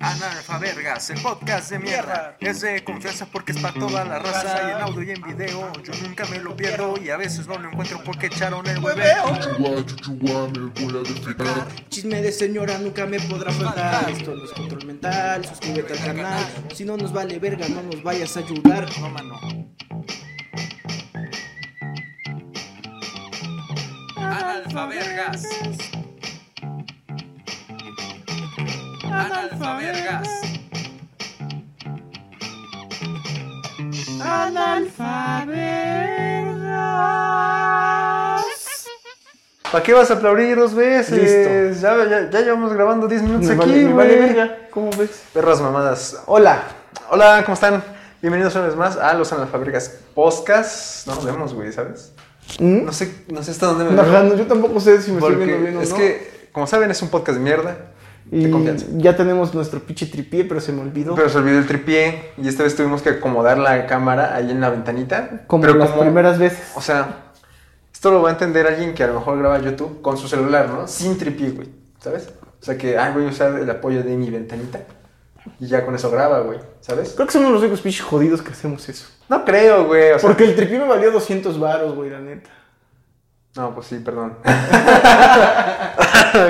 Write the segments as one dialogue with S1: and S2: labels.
S1: Analfa Vergas, el podcast de mierda. Es de confianza porque es para toda la raza. Y en audio y en video, yo nunca me lo pierdo. Y a veces no lo encuentro porque echaron el hueveo.
S2: Chuchuá, chuchuá, me voy a defecar.
S3: Chisme de señora nunca me podrá faltar. Esto no es control mental, suscríbete al canal. Si no nos vale verga, no nos vayas a ayudar.
S1: No, mano. Analfa Vergas. Analfa Vergas.
S4: ¿Para qué vas a aplaudir dos veces?
S3: Listo.
S4: Ya, ya, ya llevamos grabando 10 minutos
S3: Me
S4: aquí,
S3: vale-
S4: güey.
S3: me vale verga. ¿Cómo ves?
S4: Perras mamadas. Hola. Hola, ¿cómo están? Bienvenidos una vez más a Los Analfabricas Podcast. No nos vemos, güey, ¿sabes? No sé, no sé hasta dónde me
S3: ¿Mm? No,
S4: veo.
S3: no, yo tampoco sé si me estoy
S4: Porque
S3: viendo bien o
S4: es
S3: no.
S4: que, como saben, es un podcast de mierda.
S3: Y
S4: De confianza.
S3: ya tenemos nuestro pinche tripié, pero se me olvidó.
S4: Pero se olvidó el tripié y esta vez tuvimos que acomodar la cámara ahí en la ventanita.
S3: como
S4: Pero
S3: las primeras veces.
S4: O sea, esto lo va a entender alguien que a lo mejor graba YouTube con su celular, ¿no? Sin tripié, güey. ¿Sabes? O sea que, ay, voy a usar el apoyo de mi ventanita. Y ya con eso graba, güey. ¿Sabes?
S3: Creo que somos los únicos pinches jodidos que hacemos eso.
S4: No creo, güey. O sea,
S3: Porque el tripié me valió 200 varos, güey, la neta.
S4: No, pues sí, perdón.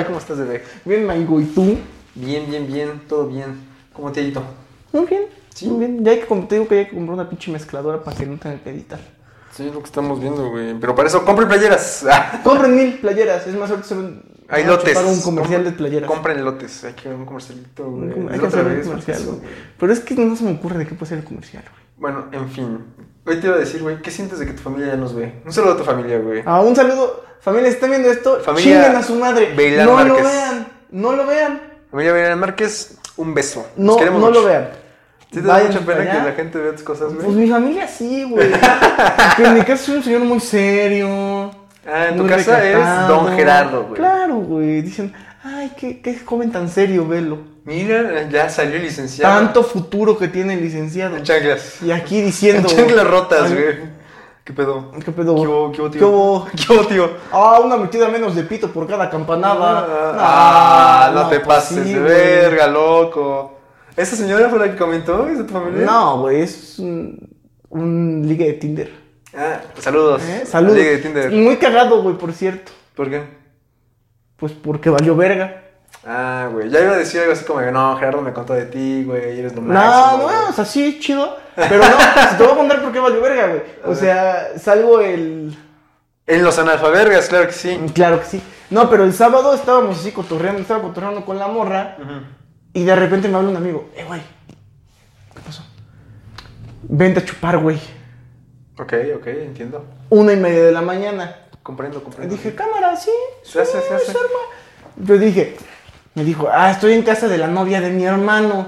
S4: ¿Cómo estás, bebé?
S3: Bien, Maigo, ¿y tú?
S4: Bien, bien, bien. Todo bien. ¿Cómo te ha ido?
S3: Muy bien.
S4: Sí.
S3: Muy bien. Ya hay que, comp- te digo que ya hay que comprar una pinche mezcladora para que no tengan que editar.
S4: Sí, es lo que estamos viendo, güey. Pero para eso, compren playeras.
S3: Compren mil playeras. Es más, ahorita se ven-
S4: Hay
S3: van a
S4: lotes.
S3: chupar un comercial de playeras.
S4: Compren lotes. Hay que ver un comercialito,
S3: Un
S4: güey.
S3: com- Hay
S4: Es
S3: que
S4: la otra
S3: hacer un
S4: vez,
S3: comercial,
S4: porque-
S3: güey. Pero es que no se me ocurre de qué puede ser el comercial, güey.
S4: Bueno, en fin. Hoy te iba a decir, güey, ¿qué sientes de que tu familia ya nos ve? Un saludo a tu familia, güey.
S3: Ah, un saludo. Familia, si están viendo esto,
S4: Familia
S3: chinguen a su madre.
S4: Beilán
S3: no lo
S4: Márquez.
S3: vean. No lo vean.
S4: Familia Belén Márquez, un beso.
S3: No,
S4: Los queremos
S3: no
S4: mucho.
S3: lo vean.
S4: ¿Sí te da
S3: Vayan
S4: mucha
S3: para
S4: pena que
S3: allá.
S4: la gente vea tus cosas,
S3: Pues
S4: güey?
S3: mi familia sí, güey. Pero en mi casa soy un señor muy serio.
S4: Ah, en tu
S3: muy
S4: casa es
S3: recatado.
S4: Don Gerardo, güey.
S3: Claro, güey. Dicen, ay, qué, qué joven tan serio, velo.
S4: Mira, ya salió el licenciado.
S3: Tanto futuro que tiene el licenciado.
S4: En chanclas.
S3: Y aquí
S4: En
S3: diciendo.
S4: chanclas rotas,
S3: ay,
S4: güey. ¿Qué pedo?
S3: ¿Qué pedo?
S4: ¿Qué hubo, qué hubo, tío?
S3: ¿Qué hubo?
S4: ¿Qué hubo, tío?
S3: Ah, una metida menos de pito por cada campanada.
S4: Ah, no, te
S3: pues
S4: pases
S3: sí,
S4: de
S3: güey.
S4: verga, loco. ¿Esa señora fue la que comentó? ¿Es de tu familia?
S3: No, güey, es un, un ligue de Tinder.
S4: Ah, saludos.
S3: ¿Eh? Saludos.
S4: Ligue de Tinder.
S3: Muy cagado, güey, por cierto.
S4: ¿Por qué?
S3: Pues porque valió verga.
S4: Ah, güey, ya iba a decir algo así como que no, Gerardo me contó de ti, güey, eres lo
S3: No,
S4: máximo.
S3: no,
S4: Ah, güey".
S3: o sea, sí, chido. Pero no, si te voy a contar por qué valió verga, güey. O sea, salgo el.
S4: En los analfabergas, claro que sí.
S3: Claro que sí. No, pero el sábado estábamos así cotorreando, estaba cotorreando con la morra. Y de repente me habla un amigo, eh, güey, ¿qué pasó? Vente a chupar, güey.
S4: Ok, ok, entiendo.
S3: Una y media de la mañana.
S4: Comprendo,
S3: Y
S4: comprendo.
S3: dije, cámara, sí.
S4: Se hace,
S3: sí,
S4: se hace.
S3: arma". Yo dije, me dijo, ah, estoy en casa de la novia de mi hermano.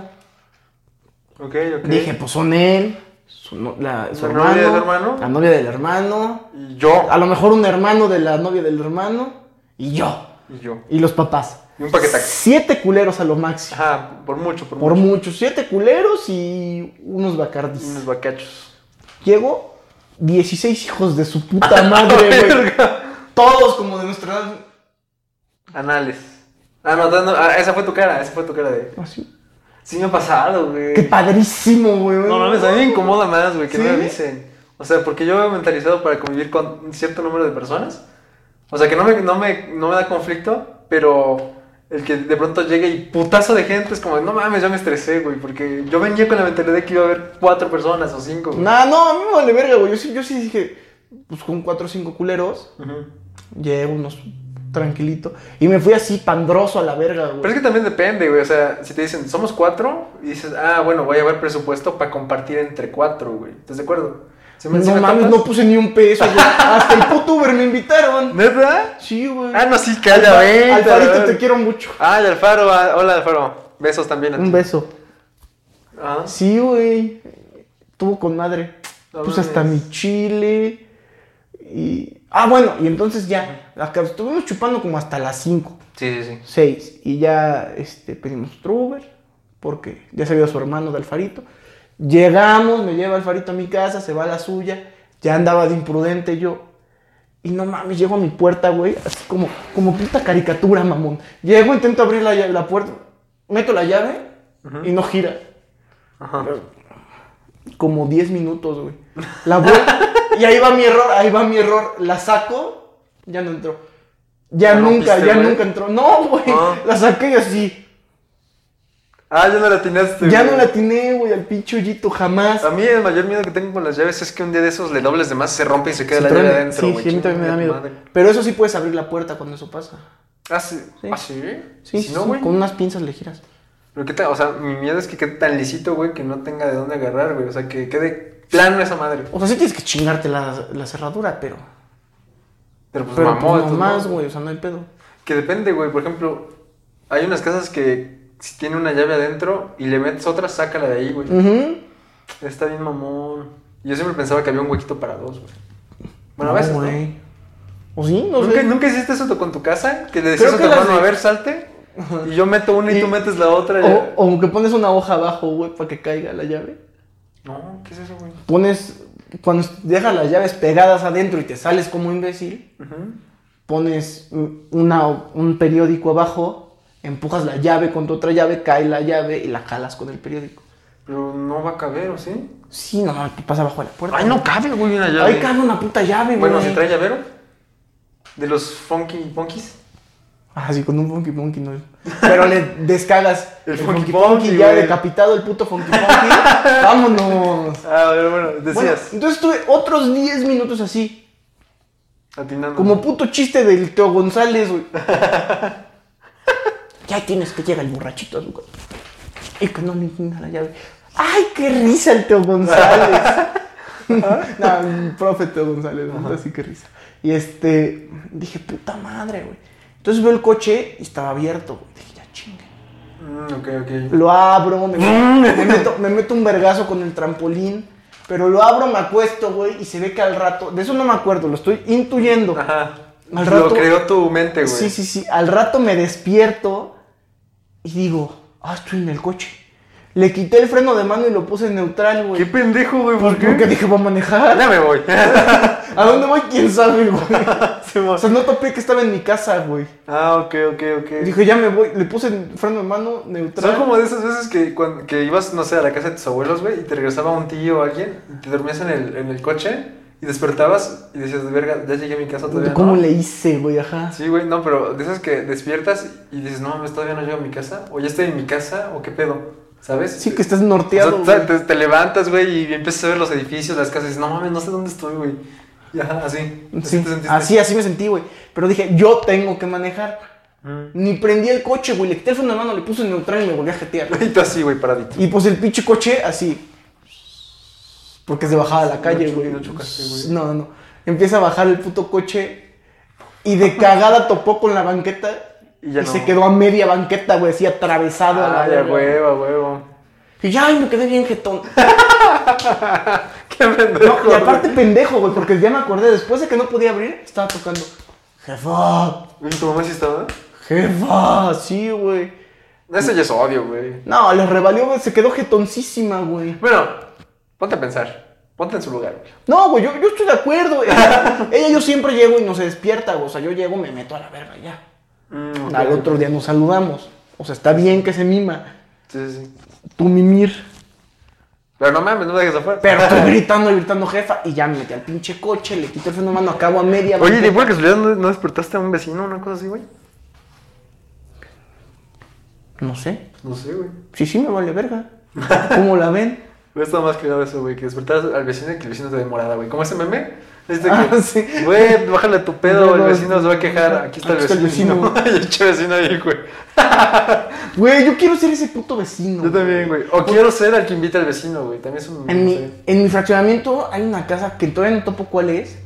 S4: ok, ok.
S3: Dije, pues son él, su, no- la, su
S4: ¿La
S3: hermano,
S4: novia del hermano?
S3: La novia del hermano.
S4: Y yo.
S3: A lo mejor un hermano de la novia del hermano. Y yo.
S4: Y yo.
S3: Y los papás.
S4: Y un paquetaxi.
S3: Siete culeros a lo máximo.
S4: Ajá, por mucho, por,
S3: Por
S4: mucho.
S3: mucho. Siete culeros y unos bacardis.
S4: Unos bacachos.
S3: Llego, 16 hijos de su puta madre, güey. Todos como de nuestra edad.
S4: Anales. Ah, no, no, no, ah, esa fue tu cara, esa fue tu cara de.
S3: Así.
S4: Sí, me ha pasado, güey.
S3: Qué padrísimo, güey.
S4: No mames, a mí me incomoda más, güey, que no
S3: ¿Sí?
S4: me avisen. O sea, porque yo he mentalizado para convivir con un cierto número de personas. O sea, que no me, no me, no me da conflicto, pero el que de pronto llegue y putazo de gente es como, no mames, ya me estresé, güey, porque yo venía con la mentalidad de que iba a haber cuatro personas o cinco. güey.
S3: Nah, no, a mí me vale verga, güey. Yo sí, yo sí dije, pues con cuatro o cinco culeros.
S4: Ujú.
S3: Llego unos tranquilito. Y me fui así pandroso a la verga, güey.
S4: Pero es que también depende, güey. O sea, si te dicen, somos cuatro, y dices, ah, bueno, voy a llevar presupuesto para compartir entre cuatro, güey. ¿Estás de acuerdo? ¿Sí me- sí
S3: No
S4: me
S3: mames,
S4: topas?
S3: no puse ni un peso, güey. Hasta el puto Uber me invitaron.
S4: ¿Neta?
S3: Sí, güey.
S4: Ah, no, sí, calla, vente.
S3: Alfarito,
S4: güey.
S3: te quiero mucho.
S4: Ah, el Alfaro, ah, hola Alfaro. Besos también a ti.
S3: Un beso.
S4: Ah,
S3: Sí, güey. Tuvo con madre.
S4: No
S3: Puse
S4: mames.
S3: hasta mi chile. Y. Ah, bueno, y entonces ya. acá Estuvimos chupando como hasta las 5,
S4: sí, sí, sí.
S3: 6. Y ya este, pedimos otro Uber. Porque ya se había ido su hermano de Alfarito. Llegamos, me lleva Alfarito a mi casa, se va a la suya. Ya andaba de imprudente yo. Y no mames, llego a mi puerta, güey. Así como, como puta caricatura, mamón. Llego, intento abrir la, lla- la puerta. Meto la llave. y no gira.
S4: Ajá.
S3: Como 10 minutos, güey. La vuel- y ahí va mi error, ahí va mi error. La saco, ya no entró. Ya
S4: ¿La
S3: nunca,
S4: rompiste,
S3: ya
S4: güey?
S3: nunca entró. No, güey.
S4: Ah.
S3: La saqué y así.
S4: Ah, ya no la atinaste.
S3: ya
S4: güey. Ah,
S3: no la atiné, güey, al pinche hoyito jamás.
S4: A mí el mayor miedo que tengo con las llaves es que un día de esos le dobles de más, se rompe y se queda
S3: Se
S4: la llave
S3: truena.
S4: adentro.
S3: sí,
S4: güey.
S3: sí, a mí también me da
S4: Chinga
S3: miedo.
S4: tu madre.
S3: Pero eso sí puedes abrir la puerta cuando eso pasa.
S4: Ah, sí.
S3: Sí.
S4: Ah, sí.
S3: Sí,
S4: Si
S3: sí,
S4: no,
S3: sí,
S4: güey.
S3: con unas pinzas le giras.
S4: Pero qué tal, o sea, mi miedo es que quede tan lisito, güey, que no tenga de dónde agarrar, güey. O sea, que quede plano esa madre.
S3: O sea, sí tienes que chingarte la, la cerradura, pero.
S4: Pero pues
S3: pero
S4: mamó,
S3: pues, no
S4: entonces,
S3: más,
S4: no.
S3: güey, o sea, no hay pedo.
S4: Que depende, güey. Por ejemplo, hay unas casas que si tiene una llave adentro y le metes otra, sácala de ahí, güey.
S3: Ujú.
S4: Está bien mamón. Yo siempre pensaba que había un huequito para dos, güey. Bueno, a veces,
S3: No,
S4: ¿no?
S3: güey. ¿O sí? No
S4: ¿Nunca,
S3: sé.
S4: nunca hiciste eso tú con tu casa? Que le decías
S3: Creo
S4: a tu
S3: que las
S4: hermano,
S3: de-
S4: a ver, salte. Y yo meto una y,
S3: Y- Oh.
S4: tú metes la otra. y-
S3: O, o que pones una hoja abajo, güey, para que caiga la llave.
S4: No, ¿qué es eso, güey?
S3: Pones. Cuando dejas las llaves pegadas adentro y te sales como imbécil, pones un- una, un periódico abajo, empujas la llave con tu otra llave, cae la llave y la jalas con el periódico.
S4: Pero no va a caber, ¿o sí?
S3: Sí, no mames, pasa abajo de la puerta.
S4: Ay, no cabe, güey, una llave.
S3: Ahí cabe una puta llave, güey.
S4: Bueno, si trae llavero. De los funky punkies.
S3: Ah, sí, con un Funky Punky no. Pero le descargas
S4: El Funky Punky,
S3: ya
S4: güey.
S3: decapitado el puto Funky Punky. Vámonos.
S4: Ah, pero bueno,
S3: Bueno,
S4: decías.
S3: entonces tuve otros 10 minutos así.
S4: atinando.
S3: Como puto chiste del Teo González, güey. ya tienes que llega el borrachito a su casa. Y que no le entienda la llave. ¡Ay, qué risa el Teo González! ¿Ah? no, el profe Teo González, ¿no? así que risa. Y este, dije, puta madre, güey. Entonces veo el coche y estaba abierto, güey. Dije, ya chingue.
S4: Mm, ok, ok.
S3: Lo abro, me,
S4: Mm.
S3: me meto, me meto un vergazo con el trampolín. Pero lo abro, me acuesto, güey, y se ve que al rato. De eso no me acuerdo, lo estoy intuyendo.
S4: Ajá.
S3: Al rato-
S4: Lo creó tu mente, güey.
S3: Sí, sí, sí. Al rato me despierto y digo, ah, estoy en el coche. Le quité el freno de mano y lo puse en neutral,
S4: Qué
S3: güey.
S4: pendejo, güey, ¿por
S3: Porque
S4: qué?
S3: dije, "Ah, voy a manejar.
S4: Ya me voy.
S3: ¿A dónde voy? ¿Quién sabe, güey?
S4: Simón.
S3: O sea, no topé que estaba en mi casa, güey.
S4: ah, ok, ok, ok.
S3: Dije, ya me voy. Le puse el freno de mano neutral.
S4: Son como de esas veces que, cuan- que ibas, no sé, a la casa de tus abuelos, güey, y te regresaba un tío o alguien, y te dormías en el, en el coche, y despertabas, y decías, verga, ya llegué a mi casa todavía.
S3: ¿Cómo
S4: no".
S3: le hice, güey? Ajá.
S4: Sí, güey, no, pero de esas que despiertas y dices, no mames, todavía no llego a mi casa, o ya estoy en mi casa, o qué pedo, ¿sabes?
S3: Sí, que estás
S4: O sea,
S3: norteado.
S4: o sea,
S3: güey.
S4: te, te levantas, güey, y empiezas a ver los edificios, las casas, y dices, no mames, no sé dónde estoy, güey. Y ajá, así.
S3: Sí,
S4: te sentiste.
S3: así, así me sentí, güey. Pero dije, yo tengo que manejar.
S4: Mm.
S3: Ni prendí el coche, güey. Le quité el freno de mano, le puse en neutral y me volví a jetear.
S4: Y tú así, güey, paradito.
S3: Y pues el pinche coche así. Porque es de bajada a la calle,
S4: cho-
S3: güey.
S4: no chocaste, güey.
S3: No, no, no. Empieza a bajar el puto coche y de cagada topó con la banqueta
S4: Y
S3: y,
S4: ya no. Ah,
S3: se quedó a media banqueta, güey, así atravesado a la
S4: Ay, a
S3: verga, güey.
S4: huevo, a huevo.
S3: Y ya, ay, me quedé bien jetón.
S4: Qué
S3: No,
S4: pendejo,
S3: y
S4: güey.
S3: aparte pendejo, güey, porque ya me acordé, después de que no podía abrir, estaba tocando. Jefa,
S4: ¿Y tu mamá sí estaba?
S3: Jefa, sí, güey.
S4: Eso ya es obvio, güey.
S3: No, les revalió, güey, se quedó jetoncísima, güey.
S4: Bueno, ponte a pensar. Ponte en su lugar, güey.
S3: No, güey, yo, yo estoy de acuerdo. Ella, ella yo siempre llego y no se despierta, güey. O sea, yo llego, me meto a la verga y ya.
S4: Mm, ok.
S3: Al otro día nos saludamos. O sea, está bien que se mima.
S4: Sí, sí, sí.
S3: Tú mimir.
S4: Pero no mames, no me dejes afuera.
S3: Pero estoy gritando y gritando, jefa. Y ya me metí al pinche coche, le quité el freno de mano, acabo a media.
S4: Oye, ¿de
S3: banqueta.
S4: por casualidad no, no despertaste a un vecino o una cosa así, güey?
S3: No sé.
S4: No sé, güey.
S3: Sí, sí, me vale verga. ¿Cómo la ven?
S4: Hubiera estado más cuidado eso, güey, que despertaras al vecino y que el vecino te dé morada, güey. ¿Cómo ese meme? Este
S3: Ah,
S4: que,
S3: sí.
S4: Güey, bájale tu pedo, el
S3: Luego-
S4: vecino se va a quejar. Aquí está el
S3: Aquí está el
S4: vecino. Y el che vecino ahí, güey.
S3: Güey, yo quiero ser ese puto vecino.
S4: Yo
S3: güey.
S4: también, güey. O quiero ser al que invita al vecino, güey. También es un. no
S3: En mi,
S4: sé.
S3: en mi fraccionamiento hay una casa que todavía no topo cuál es,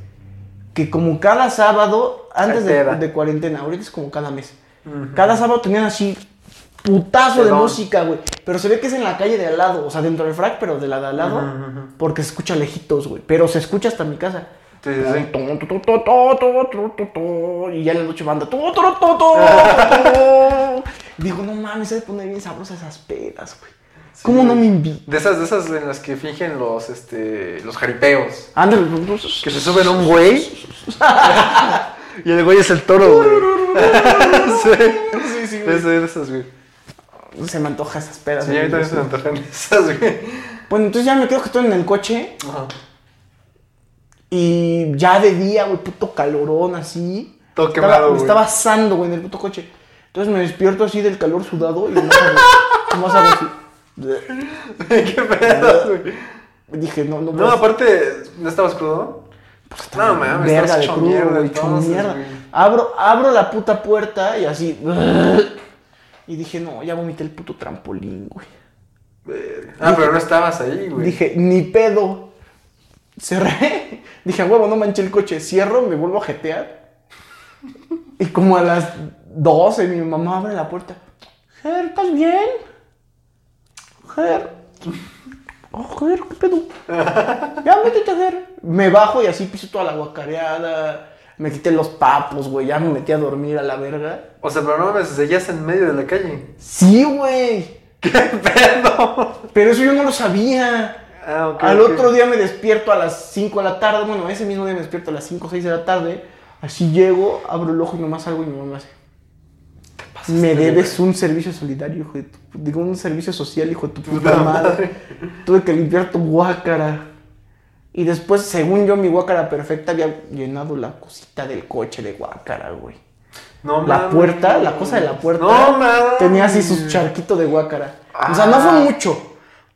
S3: que como cada sábado, antes de,
S4: Altera.
S3: de cuarentena, ahorita es como cada mes,
S4: Ujú.
S3: cada sábado tenían así putazo de
S4: Pedón.
S3: música, güey. Pero se ve que es en la calle de al lado, o sea, dentro del frac, pero de la de al lado,
S4: Ujú, ujú, ujú.
S3: porque se escucha lejitos, güey. Pero se escucha hasta mi casa.
S4: Sí, sí, sí.
S3: Ton, tu, tu, tu, tu, tu, tu, tu, tu, Y ya en la noche banda. tu, tu, tu, tu, tu, tu. Digo, no mames, se poner bien sabrosas esas pedas, güey. ¿Cómo
S4: Sí,
S3: no
S4: güey.
S3: me invitan?
S4: De esas, de esas en las que fingen los, este, los jaripeos.
S3: Ándale,
S4: Que se suben a un güey. y el güey es el toro, güey. sí,
S3: sí,
S4: de esas, de esas, güey.
S3: se me antoja esas pedas.
S4: Sí, a mí también se me antojan esas, güey.
S3: Bueno, entonces ya me creo que estoy en el coche
S4: Ajá.
S3: y ya de día, güey, puto calorón así.
S4: Todo
S3: Estaba-
S4: quemado,
S3: Me
S4: güey.
S3: estaba asando, güey, en el puto coche. Entonces me despierto así del calor sudado y nomás hago- nomás hago así.
S4: Qué pedo, güey.
S3: Dije, no, pues, no,
S4: No,
S3: puedo-
S4: aparte, ¿no estabas crudo? No, mames,
S3: Pues verga
S4: estabas
S3: de
S4: hecho
S3: crudo,
S4: mierda,
S3: güey, hecho
S4: entonces,
S3: mierda.
S4: güey.
S3: Abro, abro la puta puerta y así. Y dije, no, ya vomité el puto trampolín, güey.
S4: Verga. Ah, pero no estabas ahí, güey.
S3: Dije, ni pedo. Cerré. Dije, a huevo, no manché el coche. Cierro, me vuelvo a jetear. Y como a las 12, mi mamá abre la puerta. Ger, ¿estás bien? Ger. Oh, Ger, ¿qué pedo? Ya métete, Ger. Me bajo y así piso toda la guacareada. Me quité los papos, güey. Ya me metí a dormir a la verga.
S4: O sea, pero no mames, seguías en medio de la calle.
S3: Sí, güey.
S4: ¡Qué pedo!
S3: Pero eso yo no lo sabía.
S4: Ah, ok.
S3: Al
S4: ok.
S3: otro día me despierto a las 5 de la tarde. Bueno, ese mismo día me despierto a las 5 o 6 de la tarde. Así llego, abro el ojo y nomás salgo y mi mamá me hace. Me debes un servicio solidario, hijo de tu. Digo, un servicio social, hijo de tu puta
S4: Puta
S3: madre.
S4: madre.
S3: Tuve que limpiar tu guácara. Y después, según yo, mi guácara perfecta había llenado la cosita del coche de guácara, güey.
S4: No
S3: La
S4: mames.
S3: puerta, la cosa de la puerta,
S4: No mames.
S3: tenía así sus charquitos de guácara. O sea, no fue
S4: Ah.
S3: mucho,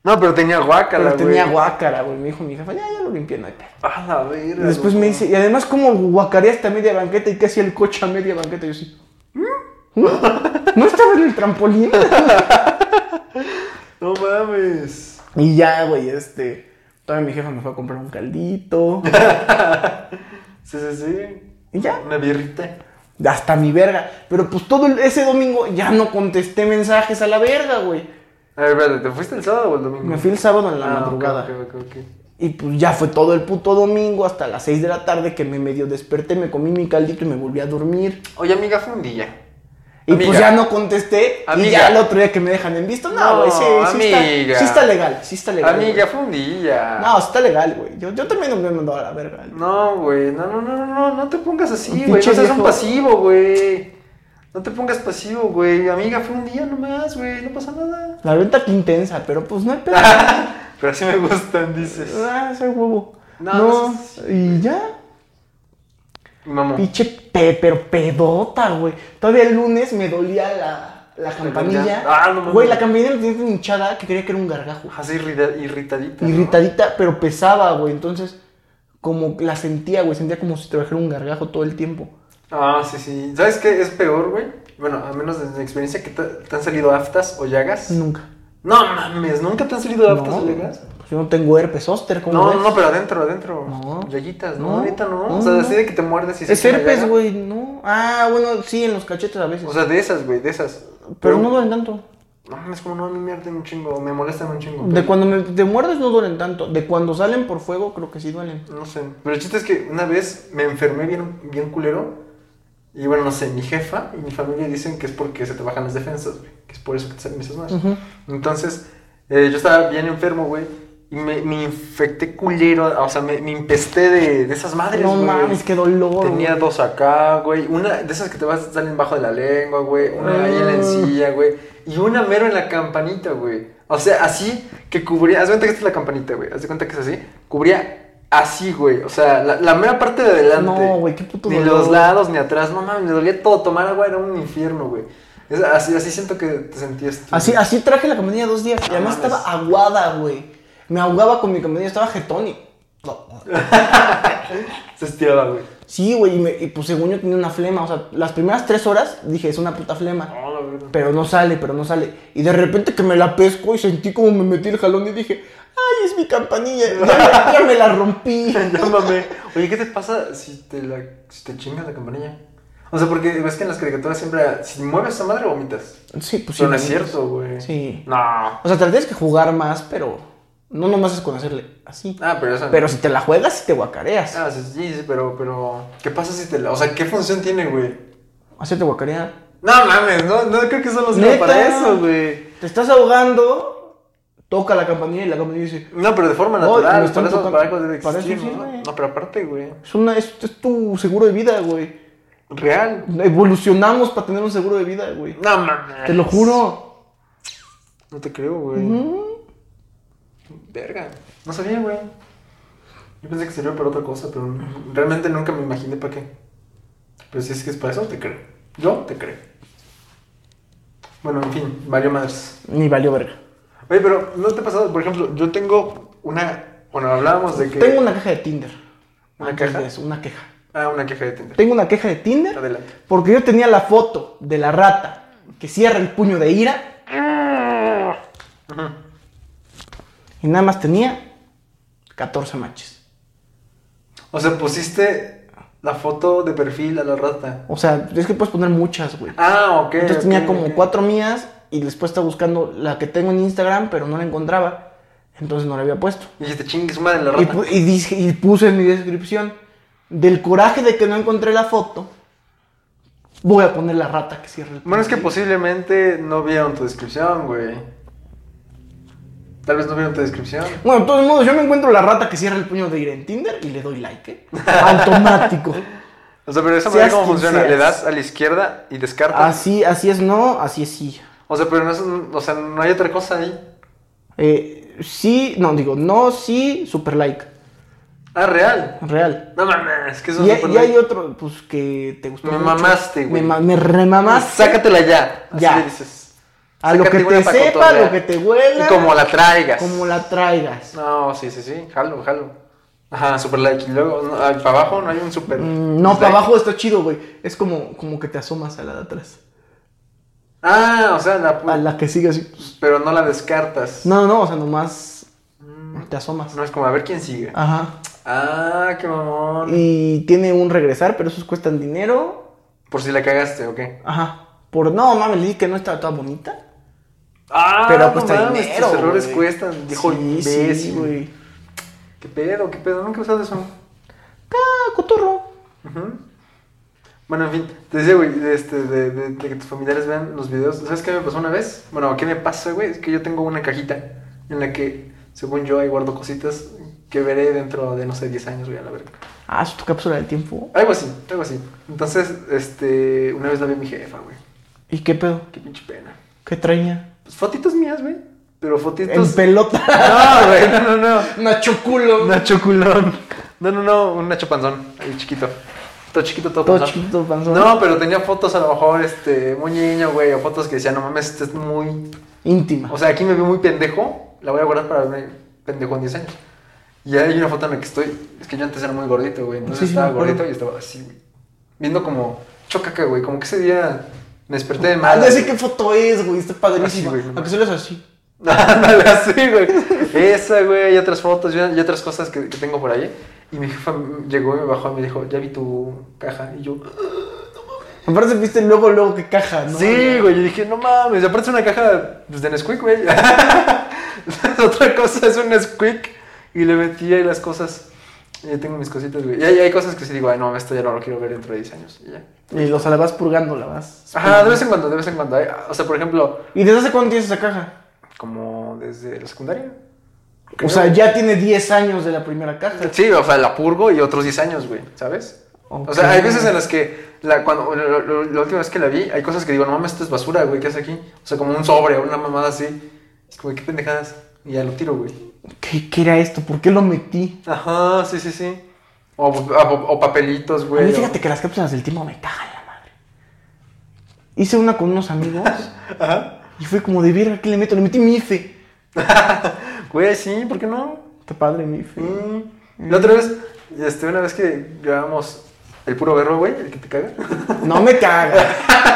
S4: No, pero tenía guácala,
S3: pero
S4: güey.
S3: tenía guácara, güey. Me dijo mi jefa, ya, ya lo limpié, no hay pedo.
S4: A la verga.
S3: Y después
S4: loco.
S3: me dice, y además como guacareaste a media banqueta y qué hacía el coche a media banqueta. Y yo así, "¿Mm? ¿no estaba en el trampolín?
S4: No mames.
S3: Y ya, güey, este, todavía mi jefa me fue a comprar un caldito.
S4: Sí, sí, sí.
S3: Y ya,
S4: Una birrita.
S3: hasta mi verga. Pero pues todo el- ese domingo ya no contesté mensajes a la verga, güey.
S4: A ver, espérate, ¿te fuiste el sábado o el domingo?
S3: Me fui el sábado en la
S4: Ah, ok,
S3: madrugada.
S4: ok, ok, ok.
S3: Y pues ya fue todo el puto domingo hasta las 6 de la tarde que me medio desperté, me comí mi caldito y me volví a dormir.
S4: Oye, amiga, fue un día.
S3: Y pues
S4: Amiga.
S3: ya no contesté. Y
S4: Amiga.
S3: ya el otro día que me dejan en visto. No, güey, sí, sí, está,
S4: amiga.
S3: sí está legal. Sí está legal. güey.
S4: Amiga, fue un día.
S3: No, sí está legal, güey. Yo, yo también me he mandado a la verga.
S4: No, güey, no, no, no, no, no, no te pongas
S3: Un
S4: así, güey.
S3: pinche
S4: No seas un
S3: viejo.
S4: pasivo, güey. No te pongas pasivo, güey. Amiga, fue un día nomás, güey. No pasa nada.
S3: La venta que intensa, pero pues no hay pedo.
S4: Ah, Pero así me gustan, dices.
S3: ah, ese huevo. No,
S4: No, no
S3: y ya.
S4: Mamá.
S3: Pinche pe, pero pedota, güey. Todavía el lunes me dolía la, la campanilla.
S4: Ah, no mames.
S3: Güey, la campanilla me tenía tan hinchada que creía que era un gargajo.
S4: Así irrita- irritadita. ¿no?
S3: irritadita, pero pesaba, güey. Entonces, como la sentía, güey. Sentía como si trajera un gargajo todo el tiempo.
S4: Ah, sí, sí. ¿Sabes qué es peor, güey? Bueno, a menos desde mi experiencia, que te, te han salido aftas o llagas.
S3: Nunca.
S4: No mames, ¿nunca te han salido aftas o llagas?
S3: pues yo no tengo herpes zóster, ¿cómo
S4: No,
S3: ves?
S4: no, pero adentro, adentro.
S3: No.
S4: Llaguitas,
S3: No.
S4: no, ahorita no.
S3: No,
S4: O sea,
S3: no.
S4: así de que te muerdes y se
S3: Es
S4: hace una
S3: herpes,
S4: llaga.
S3: güey, no. Ah, bueno, sí, en los cachetes a veces.
S4: O sea, de esas, güey, de esas.
S3: pero, no duelen tanto.
S4: No mames, como no, a mí me arden un chingo, me molestan un chingo.
S3: De
S4: pero-
S3: cuando me, te muerdes no duelen tanto. De cuando salen por fuego, creo que sí duelen.
S4: No sé. Pero el chiste es que una vez me enfermé bien, bien culero. Y bueno, no sé, mi jefa y mi familia dicen que es porque se te bajan las defensas, güey. Que es por eso que te salen esas más.
S3: Ujú.
S4: Entonces, eh, yo estaba bien enfermo, güey. Y me, me infecté culero, o sea, me, me impesté de, de esas madres,
S3: No
S4: güey.
S3: mames, qué dolor.
S4: Tenía
S3: güey.
S4: dos acá, güey. Una de esas que te vas salen bajo de la lengua, güey. Una ahí
S3: Ah.
S4: en la encilla, güey. Y una mero en la campanita, güey. O sea, así que cubría. Haz de cuenta que esta es la campanita, güey. Haz de cuenta que es así. Cubría así, güey. O sea, la, la mera parte de adelante.
S3: No, güey, qué puto
S4: Ni
S3: dolor.
S4: los lados, ni atrás. No mames, me dolía todo. Tomar agua era un infierno, güey. Es así, así siento que te sentías. tú,
S3: Así,
S4: güey.
S3: así traje la campanilla dos días. Y
S4: No
S3: además
S4: mames.
S3: estaba aguada, güey. Me ahogaba con mi campanilla, estaba jetónico. No.
S4: Se estiraba, güey.
S3: Sí, güey, y, me- y, pues según yo tenía una flema, o sea, las primeras tres horas dije, es una puta flema,
S4: No, la verdad.
S3: pero no sale, pero no sale. Y de repente que me la pesco y sentí como me metí el jalón y dije, ay, es mi campanilla, ya, me- ya me la rompí.
S4: Llámame. Oye, ¿qué te pasa si te, la, si te chingas la campanilla? O sea, porque ves que en las caricaturas siempre, si mueves esa madre, vomitas.
S3: Sí, pues sí.
S4: Pero no es
S3: güey.
S4: cierto, güey.
S3: Sí.
S4: No. Ah,
S3: O sea, te la tienes que jugar más, pero no nomás es conocerle así.
S4: pero eso.
S3: Pero si te la juegas, sí te guacareas.
S4: Ah, sí, sí, sí, pero, pero. ¿Qué pasa si te la. O sea, ¿qué función tiene, güey?
S3: Así te guacareas.
S4: No mames, no, no creo que solo sea
S3: Neta.
S4: para eso, güey.
S3: Te estás ahogando, toca la campanilla y la campanilla dice,
S4: No, pero de forma
S3: Oye,
S4: natural.
S3: me están
S4: para, eso,
S3: tocando-
S4: para algo debe
S3: para
S4: existir,
S3: eso
S4: ¿no?
S3: sirve.
S4: No, pero aparte, güey.
S3: es, una, es, es tu seguro de vida, güey.
S4: Real.
S3: Evolucionamos para tener un seguro de vida, güey.
S4: No mames.
S3: Te lo juro.
S4: No te creo, güey.
S3: Ujú.
S4: Verga. No sabía, güey. Yo pensé que servía para otra cosa, pero n- realmente nunca me imaginé para qué. Pero si es que es para eso, te creo. Yo te creo. Bueno, en fin, valió madres.
S3: Ni valió verga.
S4: Oye, pero ¿no te ha pasado? Por ejemplo, yo tengo una... Bueno, hablábamos de que...
S3: Tengo una caja de Tinder.
S4: ¿Una
S3: Antes
S4: caja?
S3: de eso, una queja.
S4: Ah, una queja de Tinder.
S3: Tengo una queja de Tinder.
S4: Adelante.
S3: Porque yo tenía la foto de la rata que cierra el puño de ira. Y nada más tenía 14 matches.
S4: O sea, pusiste la foto de perfil a la rata.
S3: O sea, es que puedes poner muchas, güey.
S4: Ah, ok.
S3: Entonces
S4: ok,
S3: tenía como
S4: ok.
S3: cuatro mías y después estaba buscando la que tengo en Instagram, pero no la encontraba. Entonces no la había puesto.
S4: Y dijiste, chingues madre la
S3: Y,
S4: rata.
S3: pu- y dije- y puse en mi descripción, del coraje de que no encontré la foto, voy a poner la rata que cierra el
S4: Bueno, es que pues,
S3: puño".
S4: posiblemente no vieron tu descripción, güey. Tal vez no vieron tu descripción.
S3: Bueno, de todos modos, yo me encuentro la rata que cierra el puño de ir en Tinder y le doy like, ¿eh? Automático.
S4: O sea, pero esa
S3: Seas
S4: manera cómo
S3: quien
S4: funciona.
S3: seas. Ah,
S4: Le das a la izquierda y descartas.
S3: Así, así es no, así es sí.
S4: O sea, pero no, es, o sea, no hay otra cosa ahí.
S3: Eh, sí, no, digo, no, sí, super like.
S4: Ah, real.
S3: Real.
S4: No mames, que eso
S3: Y,
S4: es súper
S3: y hay
S4: light.
S3: otro, pues, que te gustó
S4: Me
S3: mucho.
S4: mamaste, güey.
S3: Me, ma- me remamaste.
S4: Sácatela ya. Así
S3: Ya.
S4: le dices.
S3: A lo que
S4: Sácate una
S3: te
S4: pa'
S3: sepa,
S4: cotorrear.
S3: lo que te huela.
S4: Y como la traigas.
S3: como la traigas.
S4: No, sí, sí, sí. Jalo, jalo. Ajá, super like. Y luego, no, ah, para abajo no hay un super.
S3: Mm, No,
S4: dislike.
S3: para abajo está chido, güey. Es como, como que te asomas a la de atrás.
S4: Ah, o sea, la,
S3: A la que sigue así.
S4: pero no la descartas.
S3: No, no, no, o sea, nomás te asomas.
S4: Mm, No es como a ver quién sigue.
S3: Ajá.
S4: Ah, qué
S3: Eh.
S4: mamón.
S3: Y tiene un regresar, pero esos cuestan dinero.
S4: Por si la cagaste, ¿ok?
S3: Ajá. Por no, mames, le dije que no estaba toda bonita.
S4: Ah,
S3: Pero
S4: no
S3: cuesta
S4: mames,
S3: dinero.
S4: Tus errores
S3: güey.
S4: cuestan, dijo
S3: sí, sí,
S4: imbécil.
S3: güey.
S4: ¿Qué pedo, qué pedo? Nunca he usado eso.
S3: Ah, cotorro.
S4: Ujú. Bueno, en fin, te decía, güey, de, este, de, de- de que tus familiares vean los videos. ¿Sabes qué me pasó una vez? Bueno, ¿qué me pasa, güey? Es que yo tengo una cajita en la que, según yo, ahí guardo cositas que veré dentro de, no sé, 10 años, güey, a la verga.
S3: Ah, es tu cápsula del tiempo.
S4: Algo así, algo así. Entonces, este, una vez la vi a mi jefa, güey.
S3: ¿Y qué pedo?
S4: Qué pinche pena.
S3: ¿Qué traña?
S4: Pues fotitos mías, güey. Pero
S3: En
S4: fotitos.
S3: pelota.
S4: No, güey, no, no, no.
S3: Nacho culo.
S4: Nacho culón. No, no, no, un Nacho panzón. Ahí chiquito. Todo chiquito, todo,
S3: Todo
S4: panzón.
S3: chiquito, panzón.
S4: No, pero tenía fotos a lo mejor, este, muy niño, güey, o fotos que decían, no mames, este es muy.
S3: Íntima.
S4: O sea, aquí me veo muy pendejo. La voy a guardar para verme pendejo en 10 años. Y hay una foto en la que estoy. Es que yo antes era muy gordito, güey. Entonces
S3: Sí, sí,
S4: estaba
S3: me acuerdo.
S4: gordito y estaba así, güey. Viendo como chocaca, güey. Como que ese día me desperté de
S3: Ah,
S4: mal.
S3: ya sé qué foto es, Ah, güey. Está padrísima.
S4: Así, güey, no
S3: ¿A que sueles así?
S4: Ándale, así, güey. Esa, güey, y otras fotos y y otras cosas que, que tengo por ahí. Y mi jefa llegó y me bajó y me dijo, ya vi tu caja. Y yo,
S3: Aparte viste luego, luego que caja, ¿no?
S4: sí, güey. Y dije, no mames, y aparte es una caja pues, de Nesquik, güey. Otra cosa es un Nesquik. Y le metí ahí las cosas. Y ahí tengo mis cositas, güey. Y hay, hay cosas que sí digo, ay, no, esto ya no lo quiero ver dentro de 10 años. Y ya.
S3: Y o sea, la vas purgando, la vas.
S4: Ajá, de vez en cuando, de vez en cuando. hay- O sea, por ejemplo,
S3: ¿Y desde hace cuánto tienes esa caja?
S4: como desde la secundaria.
S3: O sea, ya tiene 10 años de la primera caja.
S4: Sí, o sea, la purgo y otros 10 años, güey, ¿sabes? O sea, hay veces en las que, la, cuando, lo- lo- la última vez que la vi, hay cosas que digo, no mames, esto es basura, güey, ¿qué hace aquí? O sea, como un sobre, una mamada así. Es como, qué pendejadas. Y ya lo tiro, güey.
S3: ¿Qué, qué era esto? ¿Por qué lo metí?
S4: Ajá, sí, sí, sí. O, o- o papelitos,
S3: A
S4: güey.
S3: mí
S4: o-
S3: fíjate que las cápsulas del tiempo me cagan la madre. Hice una con unos amigos
S4: Ajá.
S3: y fue como de verga, ¿qué le meto? Le metí mi IFE.
S4: Güey, sí, ¿por qué no?
S3: Está padre mi IFE.
S4: Mm. La otra vez, este, una vez que grabamos el puro berro, güey, el que te caga.
S3: No me cagas.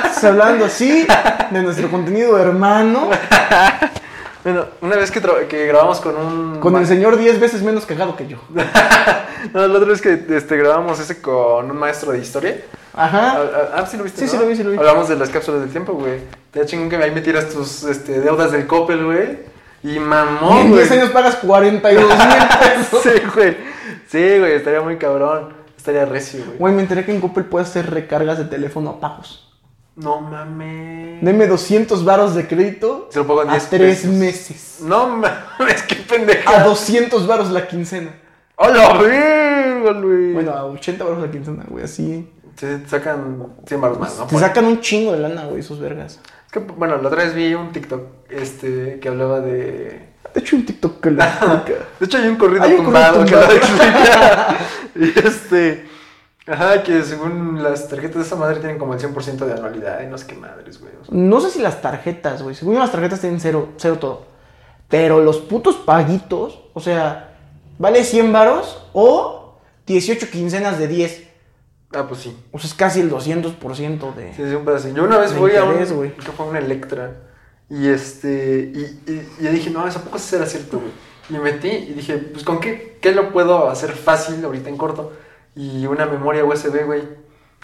S3: Estás hablando así de nuestro contenido hermano
S4: bueno, una vez que, tra- que grabamos con un...
S3: con el señor 10 veces menos cagado que yo.
S4: No, la otra vez que este, grabamos ese con un maestro de historia. Ah,
S3: Ajá.
S4: ah, ah, sí lo viste.
S3: Sí,
S4: ¿no?
S3: sí lo vi, sí lo vi.
S4: Hablamos de las cápsulas del tiempo, güey. Te da chingón que ahí me tiras tus este, deudas del Coppel, güey. Y
S3: Y en
S4: mamón, güey.
S3: 10 años pagas 42 mil pesos.
S4: sí, güey. Sí, güey, estaría muy cabrón. Estaría recio, güey.
S3: Güey, me enteré que en Coppel puedes hacer recargas de teléfono a pagos.
S4: No mames.
S3: Deme 200 varos de crédito
S4: Se lo pago en
S3: a
S4: 10
S3: tres
S4: pesos.
S3: meses. Ah,
S4: No mames, qué
S3: A
S4: pendeja.
S3: 200 varos la quincena.
S4: ¡Hola, verga, güey!
S3: Bueno, a 80 varos la quincena, güey, así.
S4: Te sacan 100 baros más, ¿no? pues.
S3: Te sacan un chingo de lana, güey, esos vergas.
S4: que, bueno, la otra vez vi un TikTok este, que hablaba de.
S3: De hecho, un TikTok que lo explica.
S4: De hecho, hay un corrido
S3: Hay un
S4: tumbado
S3: corrido
S4: que lo
S3: tumbado.
S4: explica. Y este. Ajá, que según las tarjetas de esa madre tienen como el 100% de anualidad y no sé qué madres, güey. o sea.
S3: No sé si las tarjetas, güey. Según yo, las tarjetas tienen cero, cero todo. Pero los putos paguitos, o sea, vale 100 varos o 18 quincenas de 10.
S4: Ah, pues sí.
S3: O sea, es casi el 200% de...
S4: Sí, sí, un pedazo. Yo una vez
S3: De
S4: fui a un.
S3: interés, güey.
S4: que fue a una Electra. Y este. Y, y, y yo dije, no, eso poco será cierto, güey. Y me metí y dije, pues con qué, qué lo puedo hacer fácil ahorita en corto. Y una memoria USB, güey.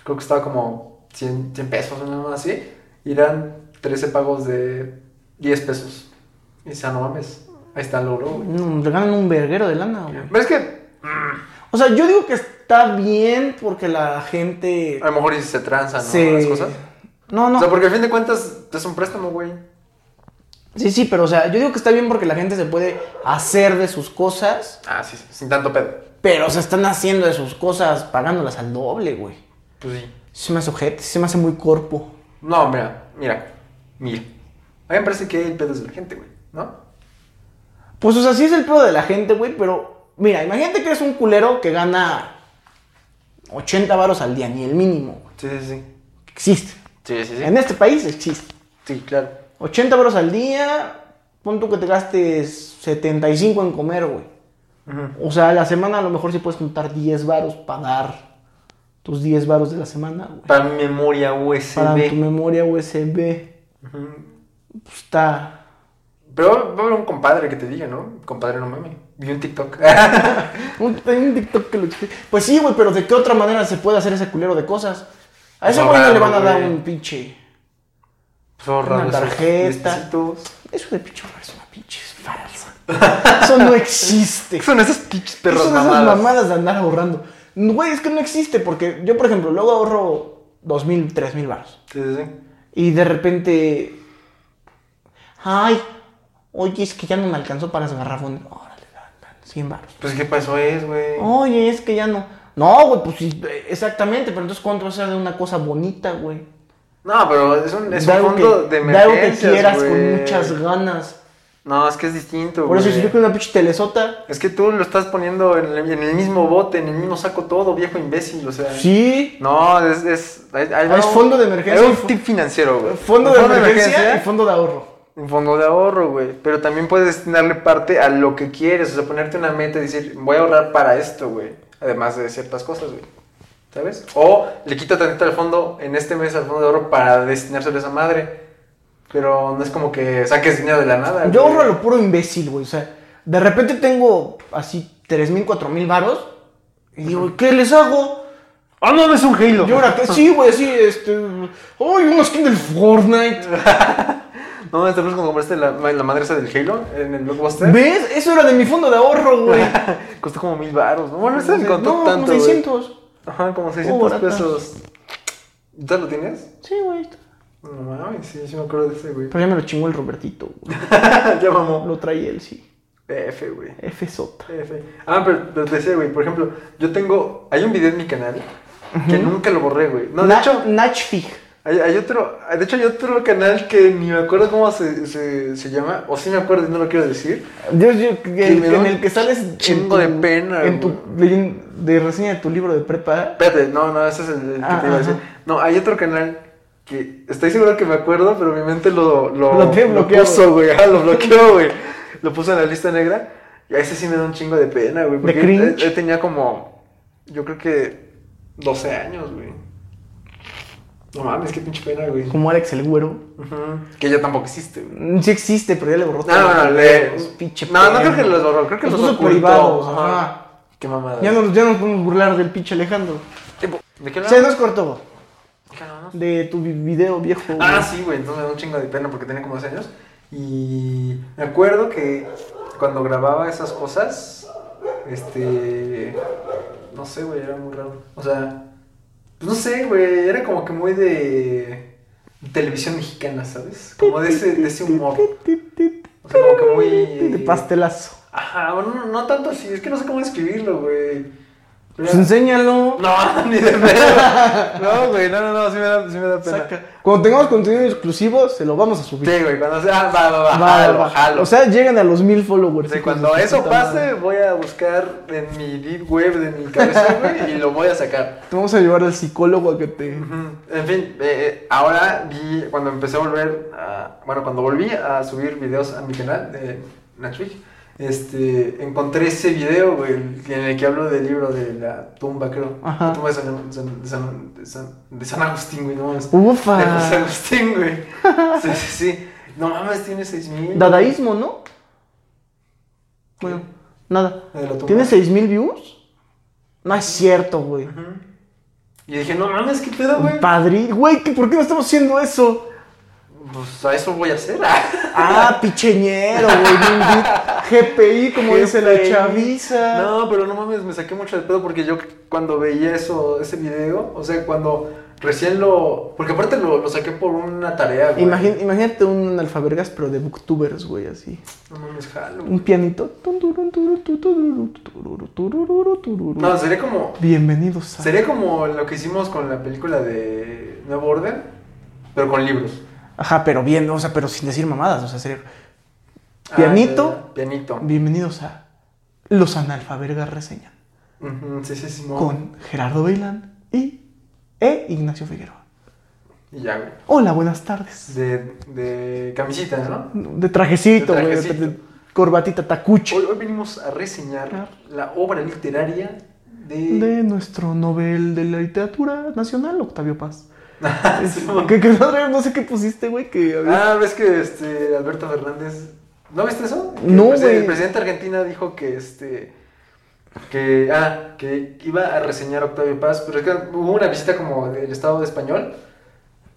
S4: Creo que estaba como 100, 100 pesos o nada más así. Y eran 13 pagos de 10 pesos. Y dice, ah, no mames. Ahí está el oro, güey.
S3: No, le ganan un verguero de lana, güey.
S4: Pero es que
S3: O sea, yo digo que está bien porque la gente...
S4: a lo mejor y se transan, Ah, ¿no?
S3: se-
S4: Las cosas.
S3: No, no.
S4: O sea, porque al fin de cuentas es un préstamo, güey.
S3: Sí, sí, pero o sea, yo digo que está bien porque la gente se puede hacer de sus cosas,
S4: Ah, sí, sí, sin tanto pedo.
S3: pero se están haciendo de sus cosas pagándolas al doble, güey.
S4: Pues sí.
S3: Se me hace ojete, se me hace muy corpo.
S4: No, mira, mira, mira. A mí me parece que el pedo es de la gente, güey, ¿no?
S3: Pues, o sea, sí es el pedo de la gente, güey, pero mira, imagínate que eres un culero que gana 80 varos al día, ni el mínimo. güey.
S4: Sí, sí, sí.
S3: Existe.
S4: Sí, sí,
S3: En este país existe.
S4: Sí, claro.
S3: 80 varos al día, pon tú que te gastes 75 en comer, güey. O sea, a la semana a lo mejor sí puedes juntar 10 varos para dar tus 10 varos de la semana, güey.
S4: Para mi memoria USB.
S3: Para tu memoria USB. Pues está...
S4: Pero va a haber un compadre que te diga, ¿no? Compadre, no mames. Vi un TikTok.
S3: Un, hay un TikTok que lo explica. Pues sí, güey, pero ¿de qué otra manera se puede hacer ese culero de cosas? A ese
S4: No,
S3: güey no le
S4: claro,
S3: van a dar
S4: güey.
S3: un pinche...
S4: Zorra,
S3: Una
S4: esos
S3: tarjeta.
S4: listecitos.
S3: Eso de pinche es una pinche falsa. Eso no existe.
S4: Son esas pinches perros
S3: Eso de esas mamadas de andar ahorrando. Güey, es que no existe porque yo, por ejemplo, luego ahorro 2.000, 3.000 baros.
S4: Sí, sí, sí.
S3: Y de repente... Ay, oye, es que ya no me alcanzó para las garrafones. Órale, dan, dan, 100 baros.
S4: Pues, ¿qué pasó es, güey?
S3: Oye, es que ya no. No, güey, pues sí, eh, exactamente, pero entonces ¿cuánto vas a hacer de una cosa bonita, güey?
S4: No, pero es un, es
S3: De
S4: un
S3: algo
S4: fondo
S3: que-
S4: de
S3: de algo que
S4: emergencias,
S3: quieras con
S4: güey.
S3: muchas ganas.
S4: No, es que es distinto,
S3: Por eso,
S4: güey.
S3: si yo quiero una pinche telesota,
S4: Es que tú lo estás poniendo en el, en el mismo bote, en el mismo saco todo, viejo imbécil, o sea.
S3: sí.
S4: No, es. Es, hay- hay-
S3: Ah, es fondo de emergencia
S4: Hay
S3: y
S4: un
S3: fo-
S4: tip financiero, güey.
S3: Fondo
S4: Un
S3: de emergencia y fondo de ahorro.
S4: un fondo de ahorro, güey. Pero también puedes destinarle parte a lo que quieres, o sea, ponerte una meta y decir, voy a ahorrar para esto, güey. Además de ciertas cosas, güey. ¿Sabes? O le quito tantito al fondo, en este mes al fondo de ahorro, para destinárselo a esa madre. Pero no es como que saques dinero de la nada.
S3: Yo
S4: güey.
S3: ahorro a lo puro imbécil, güey. O sea, de repente tengo así 3.000, 4.000 varos. Y digo, ¿qué les hago?
S4: Ah, no, es un Halo.
S3: Y ahora, ¿qué? sí, güey, así, este. ¡Ay, una skin del Fortnite!
S4: No, ¿te acuerdas cuando compraste la, la madre esa del Halo en el Blockbuster?
S3: ¿Ves? Eso era de mi fondo de ahorro, güey.
S4: Costó como mil baros, ¿no? Bueno, este
S3: No,
S4: me contó
S3: como
S4: tanto, güey.
S3: 600.
S4: Ajá, como
S3: Oh,
S4: 600
S3: barata.
S4: pesos. ¿Ya lo tienes?
S3: Sí, güey. ahí está.
S4: No mames, sí, sí me acuerdo de ese, güey.
S3: Pero ya me lo chingó el Robertito, güey.
S4: ya mamó.
S3: Lo traía él, sí.
S4: F, güey.
S3: F sota.
S4: F. Ah, pero, pero te decía, güey, por ejemplo, yo tengo... Hay un video en mi canal que nunca lo borré, güey. No, de hecho,
S3: Nachfig.
S4: hay, hay otro... De hecho, hay otro canal que ni me acuerdo cómo se, se, se llama. O sí me acuerdo y no lo quiero decir.
S3: Dios, yo, que-
S4: me da
S3: en
S4: un
S3: el que sales. en
S4: chingo
S3: tu-
S4: de pena,
S3: En tu leyen- de reseña de tu libro de prepa.
S4: Espérate, no, no, ese es el, el que
S3: Ah,
S4: te iba a
S3: ajá.
S4: decir. No, hay otro canal que estoy seguro que me acuerdo, pero mi mente lo, lo,
S3: Lo tiene bloqueado.
S4: puso, güey. Ah, lo bloqueó, güey. Lo puso en la lista negra. Y a ese sí me da un chingo de pena, güey. Porque
S3: cringe?
S4: Él, él tenía como, yo creo que 12 años, güey. No mames, qué pinche pena, güey.
S3: Como Alex el Güero.
S4: Ujú. Que ya tampoco existe, güey.
S3: Mm, Sí existe, pero ya le borró
S4: No, no, no, le...
S3: Los pinche
S4: no, no creo
S3: perros.
S4: que los borró, creo que los,
S3: puso
S4: ocultó.
S3: privados,
S4: Ajá.
S3: ajá.
S4: Qué mamada.
S3: Ya nos, ya nos podemos burlar del pinche Alejandro.
S4: ¿De qué
S3: Se
S4: hablamos?
S3: nos cortó
S4: ¿De qué hablamos?
S3: de tu vi- video viejo.
S4: Ah,
S3: güey.
S4: sí, güey, entonces me da un chingo de pena porque tenía como 12 años. Y me acuerdo que cuando grababa esas cosas, este. No sé, güey, era muy raro. O sea, pues no sé, güey, era como que muy de. televisión mexicana, ¿sabes? Como de ese, de ese humor. O sea, como que muy.
S3: De pastelazo.
S4: Ajá, bueno, no, no tanto así, es que no sé cómo describirlo, güey.
S3: Pues enséñalo.
S4: No, ni de pedo. No, güey, no, no, no, sí me da, sí me da pena.
S3: Saca. Cuando tengamos contenido exclusivo, se lo vamos a subir.
S4: Sí, güey, cuando sea, va, va, va,
S3: Va, va,
S4: jalo,
S3: va.
S4: jalo.
S3: O sea, llegan a los mil followers.
S4: Sí,
S3: hijos
S4: cuando
S3: de su
S4: eso
S3: puta madre.
S4: pase, voy a buscar en mi deep web de mi cabeza, güey, y lo voy a sacar.
S3: Te vamos a llevar al psicólogo a que te.
S4: Ujú. En fin, eh, eh, ahora vi, cuando empecé a volver, a- bueno, cuando volví a subir videos a mi canal de Netflix, este, encontré ese video, güey, en el que hablo del libro de la tumba, creo.
S3: Ajá.
S4: La tumba de San, San- de San- de San- de San Agustín, güey, no mames.
S3: Ufa.
S4: De José Agustín, güey. Sí, sí, sí. No mames, tiene 6000.
S3: Dadaísmo, ¿no? Bueno, nada.
S4: La de la tumba.
S3: ¿Tiene 6000 views? No es cierto, güey.
S4: Ujú. Y dije, no mames, qué pedo, güey.
S3: Padre, güey, ¿qué- ¿por qué no estamos haciendo eso?
S4: Pues a eso voy a hacer.
S3: Ah, picheñero, güey. bien di- GPI, como dice la
S4: Jefe.
S3: chaviza.
S4: No, pero no mames, me saqué mucho de pedo porque yo cuando veía eso, ese video, o sea, cuando recién lo. Porque aparte lo, lo saqué por una tarea, güey.
S3: Imagín- imagínate un alfabergas, pero de booktubers, güey, así.
S4: No mames, jalo. güey.
S3: Un pianito. Tun, turun, turun, tu, tururu, tu, tururu, tururu, tururu.
S4: No, sería como.
S3: Bienvenidos a.
S4: Sería como lo que hicimos con la película de Nuevo Orden, pero con libros.
S3: Ajá, pero bien, o sea, pero sin decir mamadas, o sea, sería.
S4: Ah,
S3: Pianito.
S4: ya, ya, pianito.
S3: Bienvenidos a Los Analfabergas Reseñan
S4: Ujú, sí, sí, sí. no.
S3: con Gerardo Bailán y e Ignacio Figueroa.
S4: Y ya, güey.
S3: Hola, buenas tardes.
S4: De, de camisita, ¿no?
S3: De trajecito,
S4: De
S3: güey, de,
S4: trajecito.
S3: de corbatita tacuche.
S4: Hoy, hoy venimos a reseñar la obra literaria de.
S3: De nuestro Nobel de la Literatura Nacional, Octavio Paz.
S4: Simón.
S3: que, que no, no sé qué pusiste, güey, que había-
S4: Ah, ves que este Alberto Fernández. ¿No viste eso? Que
S3: No,
S4: el, presi-
S3: güey.
S4: el presidente de Argentina dijo que este. Que. Ah, que iba a reseñar a Octavio Paz, pero es que hubo una visita como del Estado de Español.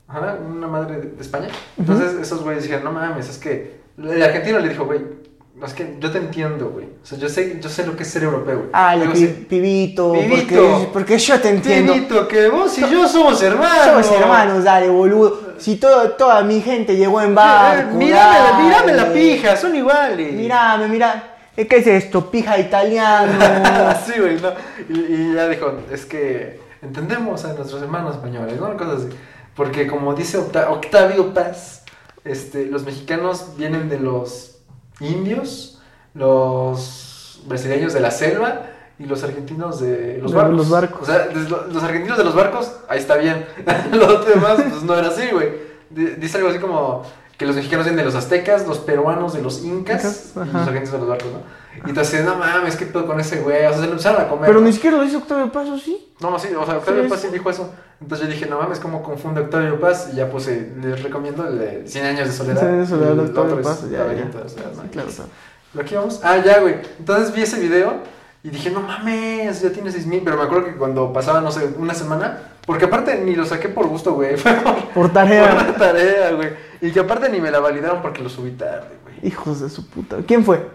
S4: Ajá, una madre de, de España. Entonces esos güeyes dijeron, no mames, es que. El argentino le dijo, güey, no es que yo te entiendo, güey. O sea, yo sé, yo sé lo que es ser europeo, güey.
S3: Ay,
S4: Algo
S3: pi-
S4: así.
S3: Ah, pibito,
S4: Ah, Pibito.
S3: Porque, porque yo te entiendo.
S4: Tito, que vos y yo somos hermanos.
S3: Somos hermanos, dale, boludo. Si todo, toda mi gente llegó en
S4: Eh,
S3: barco.
S4: Mírame, la-
S3: dale.
S4: mírame la pija, son iguales.
S3: Mírame, mira. ¿Qué es esto? Pija italiano.
S4: sí, güey, no. Y, y ya dijo, es que entendemos a nuestros hermanos españoles, ¿no? Cosas así. Porque como dice Octa- Octavio Paz, este, los mexicanos vienen de los indios, los brasileños de la selva y los argentinos de los
S3: De
S4: barcos.
S3: los barcos.
S4: O sea, des- lo- los argentinos de los barcos, ahí está bien. los demás, pues no era así, güey. Di- Dice algo así como que los mexicanos vienen de los aztecas, los peruanos de los incas,
S3: Incas,
S4: y los
S3: ajá.
S4: argentinos de los barcos, ¿no? Y te haces, no mames, ¿qué pedo con ese güey? O sea, se lo empezaron a comer.
S3: Pero
S4: ¿no?
S3: ni siquiera lo dice Octavio Paso, sí.
S4: No, sí, o sea, Octavio
S3: Sí,
S4: Paz sí
S3: sí.
S4: dijo eso. Entonces yo dije, no mames, ¿cómo confunde Octavio Paz? Y ya puse, les recomiendo el de 100 años de soledad.
S3: Sí, eso le
S4: Y
S3: da
S4: el
S3: Octavio
S4: otro es
S3: Paso, ya, ya.
S4: Laberinto de la soledad, ¿no?
S3: Sí, claro, claro.
S4: ¿Lo aquí vamos? Ah, ya, güey. Entonces vi ese video y dije, no mames, ya tiene 6000. Pero me acuerdo que cuando pasaba, no sé, una semana. Porque aparte ni lo saqué por gusto, güey. Fue por,
S3: Por
S4: por
S3: tarea.
S4: una tarea, güey. Y que aparte ni me la validaron porque lo subí tarde, güey.
S3: Hijos de su puta. ¿Quién fue?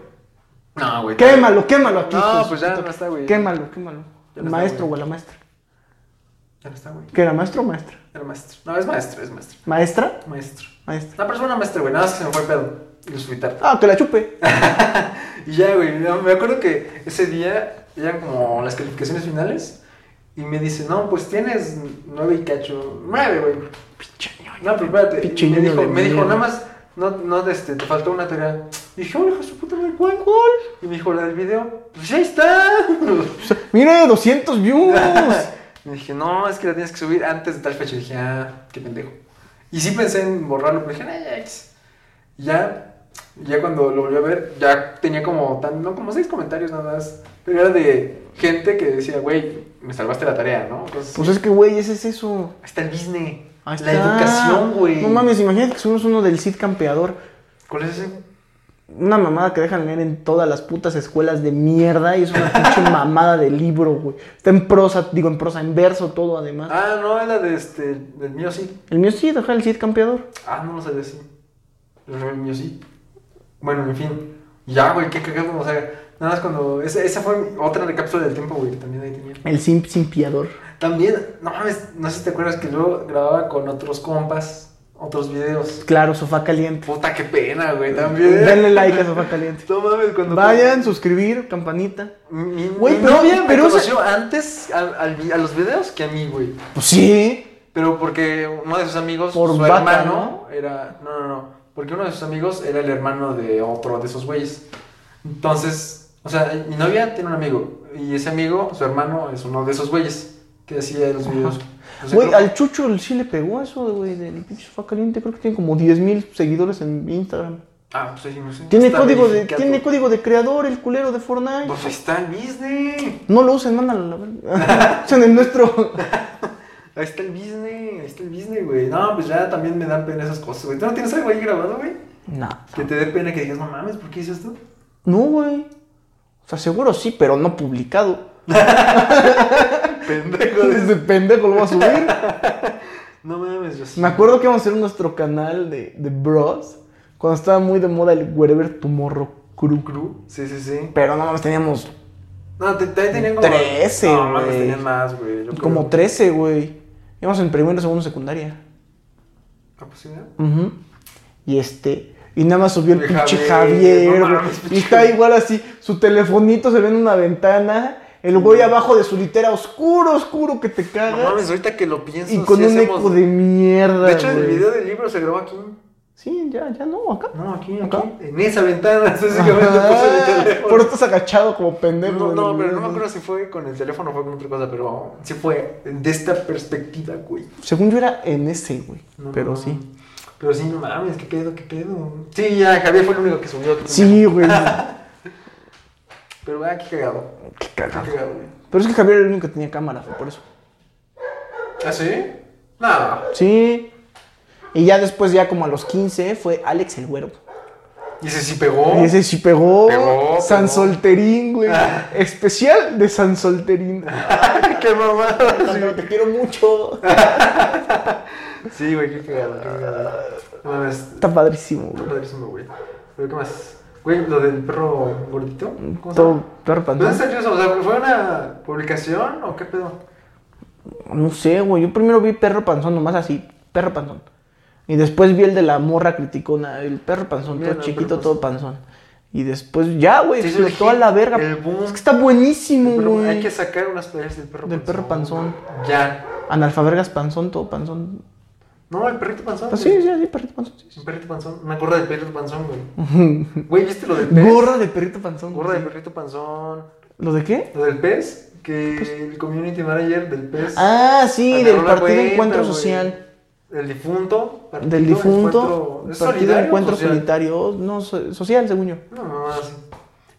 S4: No, güey.
S3: Quémalo, quémalo aquí.
S4: No,
S3: hijo de su
S4: pues ya
S3: puta.
S4: no está, güey.
S3: Quémalo, quémalo.
S4: Ya
S3: El
S4: no está,
S3: maestro
S4: güey.
S3: o la maestra.
S4: Ya no está, güey.
S3: ¿Qué era maestro o maestra?
S4: Era maestro. No, es maestro, es maestro.
S3: ¿Maestra?
S4: Maestro.
S3: Maestra.
S4: No, pero es buena maestra, güey. Nada más que se me fue el pedo. Y lo subí tarde.
S3: Ah, que la chupe.
S4: y ya, güey, no, me acuerdo que ese día eran como las calificaciones finales y me dice, no, pues tienes nueve y cacho, nueve, güey. No, pero espérate.
S3: Pinche
S4: Y me
S3: ñoño
S4: dijo,
S3: de
S4: me dijo,
S3: mierda.
S4: nada más, no, no, este, te faltó una tarea. Y dije, oh, hijo de su puta madre, ¿cuál, cuál? Y me dijo, la del video, pues ya está.
S3: Mire, 200 views.
S4: Y dije, no, es que la tienes que subir antes de tal fecha. Y dije, ah, qué pendejo. Y sí pensé en borrarlo, pero dije, ay, X. Y ya, ya cuando lo volví a ver, ya tenía como, tan, no, como seis comentarios nada más. Pero era de gente que decía, güey, me salvaste la tarea, ¿no? Entonces,
S3: Pues es que, güey, ese es eso.
S4: ahí está el Disney.
S3: Ahí
S4: La
S3: está.
S4: educación, güey.
S3: No mames, imagínate que somos uno del Cid campeador.
S4: ¿Cuál es ese?
S3: Una mamada que dejan leer en todas las putas escuelas de mierda y es una pinche mamada de libro, güey. Está en prosa, digo en prosa, en verso todo además.
S4: Ah, no, era de este, del mío sí.
S3: El mío sí, deja el Cid campeador.
S4: Ah, no lo sabía así. El mío sí. Bueno, en fin. Ya, güey, qué cagado. O sea, nada más cuando. Esa, esa fue otra de cápsula del tiempo, güey, que también ahí tenía.
S3: El simp simpiador.
S4: También, no mames, no sé si te acuerdas que yo grababa con otros compas. otros videos.
S3: Claro, sofá caliente.
S4: Puta, qué pena, güey, también.
S3: Denle like a sofá caliente.
S4: No mames, cuando...
S3: Vayan, suscribir, campanita.
S4: Mi, mi-
S3: Güey,
S4: mi
S3: pero-
S4: novia me
S3: pero, o sea-
S4: conoció antes al- al vi- a los videos que a mí, güey.
S3: Pues sí.
S4: Pero porque uno de sus amigos,
S3: Por
S4: su
S3: vaca,
S4: hermano, era. No, no, no. Porque uno de sus amigos era el hermano de otro de esos güeyes. Entonces, o sea, mi novia tiene un amigo. Y ese amigo, su hermano, es uno de esos güeyes que hacía los videos. O sea,
S3: Güey,
S4: creo-
S3: al Chucho sí le pegó eso, güey, del pinche sofá caliente. Creo que tiene como 10.000 seguidores en Instagram.
S4: Ah, pues ahí no sé.
S3: Tiene
S4: Está
S3: código, de,
S4: verificado.
S3: tiene código de creador, el culero de Fortnite.
S4: Pues ahí está el Disney.
S3: No lo usen, mándalo a la verga. Usen el nuestro.
S4: Ahí está el Disney. Ahí está el Disney, güey. No, pues ya también me dan pena esas cosas, güey. ¿Tú no tienes algo ahí grabado, güey?
S3: No.
S4: Que te dé pena que digas, no mames, ¿por qué hice esto?
S3: No, güey. O sea, seguro sí, pero no publicado.
S4: Pendejo. de-
S3: Desde pendejo lo voy a subir.
S4: No mames, yo sí.
S3: Me acuerdo que íbamos a hacer nuestro canal de, de bros. Cuando estaba muy de moda el Wherever Tomorrow Crew.
S4: Crew. Sí, sí, sí.
S3: Pero no mames, teníamos
S4: No, te, te- tenían como.
S3: 13,
S4: No, mames,
S3: güey.
S4: tenían más, güey. yo creo.
S3: como 13, güey. Íbamos en primero, segundo, secundaria.
S4: Ah, pues sí, ¿no?
S3: Ujú. Y este. Y nada más subió el
S4: El
S3: pinche
S4: Javier,
S3: Javier,
S4: no
S3: güey.
S4: mames,
S3: y
S4: pinche
S3: está
S4: Javier.
S3: igual así. Su telefonito se ve en una ventana. El güey abajo de su litera oscuro, oscuro que te
S4: No
S3: cagas.
S4: mames, ahorita que lo pienso.
S3: y con
S4: sí
S3: un
S4: hacemos-
S3: eco de mierda.
S4: De hecho, el
S3: güey.
S4: video del libro se grabó aquí.
S3: Sí, ya, ya no, acá.
S4: No, aquí,
S3: ¿Acá?
S4: aquí. En esa ventana, básicamente puse
S3: Ah,
S4: el teléfono.
S3: Por eso estás agachado como
S4: No,
S3: pendejo. güey, en
S4: no,
S3: el
S4: pero
S3: video,
S4: no me acuerdo si fue con el teléfono o fue con otra cosa, pero sí fue de esta perspectiva, güey.
S3: Según yo era en ese, güey.
S4: No,
S3: pero
S4: no,
S3: sí.
S4: no. Pero sí, no mames, qué pedo, qué pedo. Sí, ya, Javier fue el único que subió. que-
S3: Sí, güey.
S4: Pero, ah, qué cagado.
S3: Qué
S4: Qué
S3: cagado.
S4: cagado, güey.
S3: Pero es que Javier era el único que tenía cámara, fue por eso.
S4: ¿Ah, sí? No.
S3: Sí. Y ya después, ya como a los 15, fue Alex el Güero.
S4: Y ese sí pegó.
S3: Y ese sí pegó.
S4: Pegó, Ah.
S3: San
S4: pegó.
S3: Solterín, güey. Especial de San Solterín.
S4: qué mamada.
S3: Alejandro, Te quiero mucho.
S4: Sí, güey, qué cagado, qué
S3: Ah.
S4: cagado. No mames,
S3: Está padrísimo,
S4: está
S3: güey.
S4: padrísimo, güey. Pero qué más. Güey, lo del perro gordito. ¿Cómo se
S3: Todo
S4: llama?
S3: perro pantano.
S4: ¿Dónde salió eso? O sea, ¿fue una publicación o qué pedo?
S3: No sé, güey. Yo primero vi perro panzón, nomás así, perro panzón. Y después vi el de la morra criticona, el perro panzón,
S4: Mira,
S3: todo
S4: el
S3: chiquito,
S4: perro
S3: todo panzón. Y después ya, güey,
S4: Sí, sí, sí.
S3: explotó a la verga.
S4: El boom.
S3: Es que está buenísimo,
S4: Pero
S3: güey.
S4: hay que sacar unas playas del perro
S3: Del perro
S4: Ya.
S3: Analfabergas panzón, todo panzón.
S4: No, el perrito panzón.
S3: Ah, sí,
S4: güey.
S3: sí, sí, perrito panzón. sí, sí.
S4: El perrito panzón. Me acuerdo del perrito panzón, güey. Güey, ¿viste lo del pez?
S3: Gorra de perrito panzón.
S4: Gorra del
S3: sí.
S4: perrito panzón.
S3: ¿Lo de qué?
S4: Lo del pez, que el community manager del pez.
S3: Pues Ah, sí,
S4: agarró
S3: del
S4: la
S3: partido
S4: cuenta,
S3: Encuentro
S4: güey.
S3: Social.
S4: Del difunto. partido
S3: Del difunto.
S4: encuentro- ¿Es
S3: Partido
S4: solidario o
S3: Encuentro
S4: social?
S3: Solitario. No, so- social, según yo.
S4: No, no, así.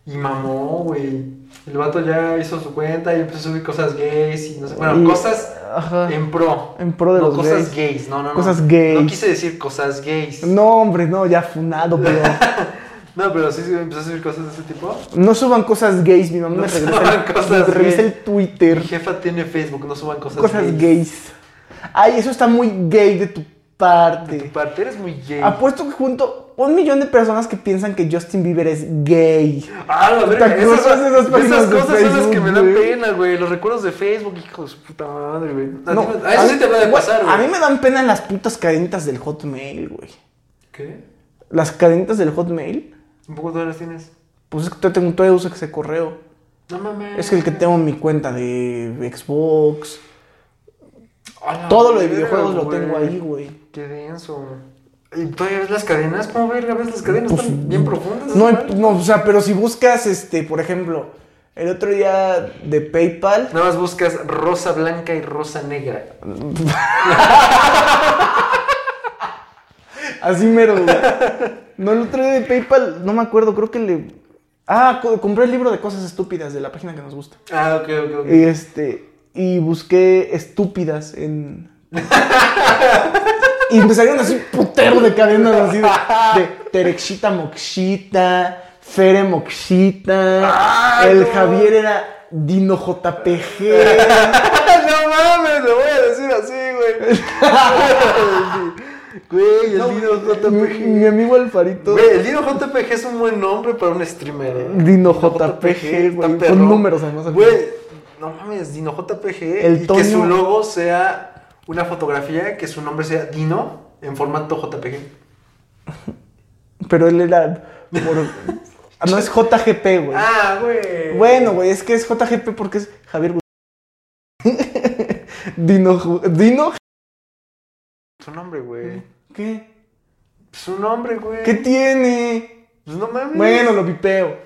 S4: Y mamó, güey. El vato ya hizo su cuenta y empezó a subir cosas gays y no sé. Bueno,
S3: Y-
S4: cosas
S3: Ajá.
S4: en pro.
S3: En pro de
S4: no,
S3: los
S4: cosas gays. No, no, no.
S3: Cosas gays.
S4: No quise decir cosas gays. No,
S3: No, hombre, no, ya funado, pero.
S4: pero sí, sí, empezó a subir cosas de ese tipo.
S3: No suban cosas gays, mi mamá
S4: No
S3: me regresa,
S4: suban
S3: el,
S4: cosas
S3: me regresa
S4: gays.
S3: el
S4: Mi
S3: Twitter.
S4: jefa tiene Facebook, no suban cosas,
S3: Cosas
S4: gays.
S3: gays. Ay, eso está muy gay de tu parte.
S4: Tu parte eres muy gay.
S3: Apuesto que junto un millón de personas que piensan que Justin Bieber es gay.
S4: Ah, la verga,
S3: ¿Te
S4: esas,
S3: acuerdas de esas
S4: esas
S3: páginas de
S4: cosas son las que me dan
S3: Facebook, güey?
S4: pena, güey. Los recuerdos de Facebook, hijo de su puta madre, güey. A,
S3: No,
S4: ti no- a eso
S3: mí-
S4: sí te va a
S3: güey,
S4: pasar, güey.
S3: A mí me dan pena las putas cadenitas del Hotmail, güey.
S4: ¿Qué?
S3: Las cadenitas del Hotmail,
S4: ¿Un poco de horas tienes?
S3: pues es que todavía tengo, todavía uso ese correo.
S4: No mames.
S3: Es el que tengo en mi cuenta de Xbox.
S4: A la
S3: Todo lo de
S4: verga,
S3: videojuegos lo
S4: güey.
S3: tengo ahí, güey.
S4: Qué denso. ¿Y todavía ves las cadenas? ¿Cómo verga ves las cadenas? Están bien profundas.
S3: Pues No,
S4: esas,
S3: en- no, o sea, pero si buscas, este, por ejemplo, el otro día de PayPal,
S4: Nada más buscas rosa blanca y rosa negra.
S3: así mero, güey. No, el otro día de PayPal, no me acuerdo, creo que le... Ah, co- compré el libro de cosas estúpidas de la página que nos gusta.
S4: Ah, ok, ok, ok.
S3: Y este, y busqué estúpidas en... Y me salieron así putero de cadenas así de, de Terexita Moxita, Fere Moxita,
S4: Ay,
S3: el
S4: Ah, no.
S3: Javier era Dino JPG.
S4: no mames, lo voy a decir así, güey. Güey, el
S3: No,
S4: Dino
S3: mi,
S4: JPG.
S3: mi amigo Alfarito.
S4: Güey, el Dino JPG es un buen nombre para un streamer, eh.
S3: Dino JPG,
S4: está
S3: güey,
S4: perro.
S3: con números además.
S4: Güey, no mames, Dino JPG.
S3: El
S4: y
S3: Toño.
S4: que su logo sea una fotografía, que su nombre sea Dino en formato JPG.
S3: Pero él era. por- Ah, no es JGP, güey.
S4: Ah, güey.
S3: Bueno, güey, es que es JGP porque es Javier Guz- Dino. Ju- Dino.
S4: Su nombre, güey.
S3: ¿Qué?
S4: Su nombre, güey.
S3: ¿Qué tiene?
S4: Pues no mames.
S3: Bueno, lo pipeo.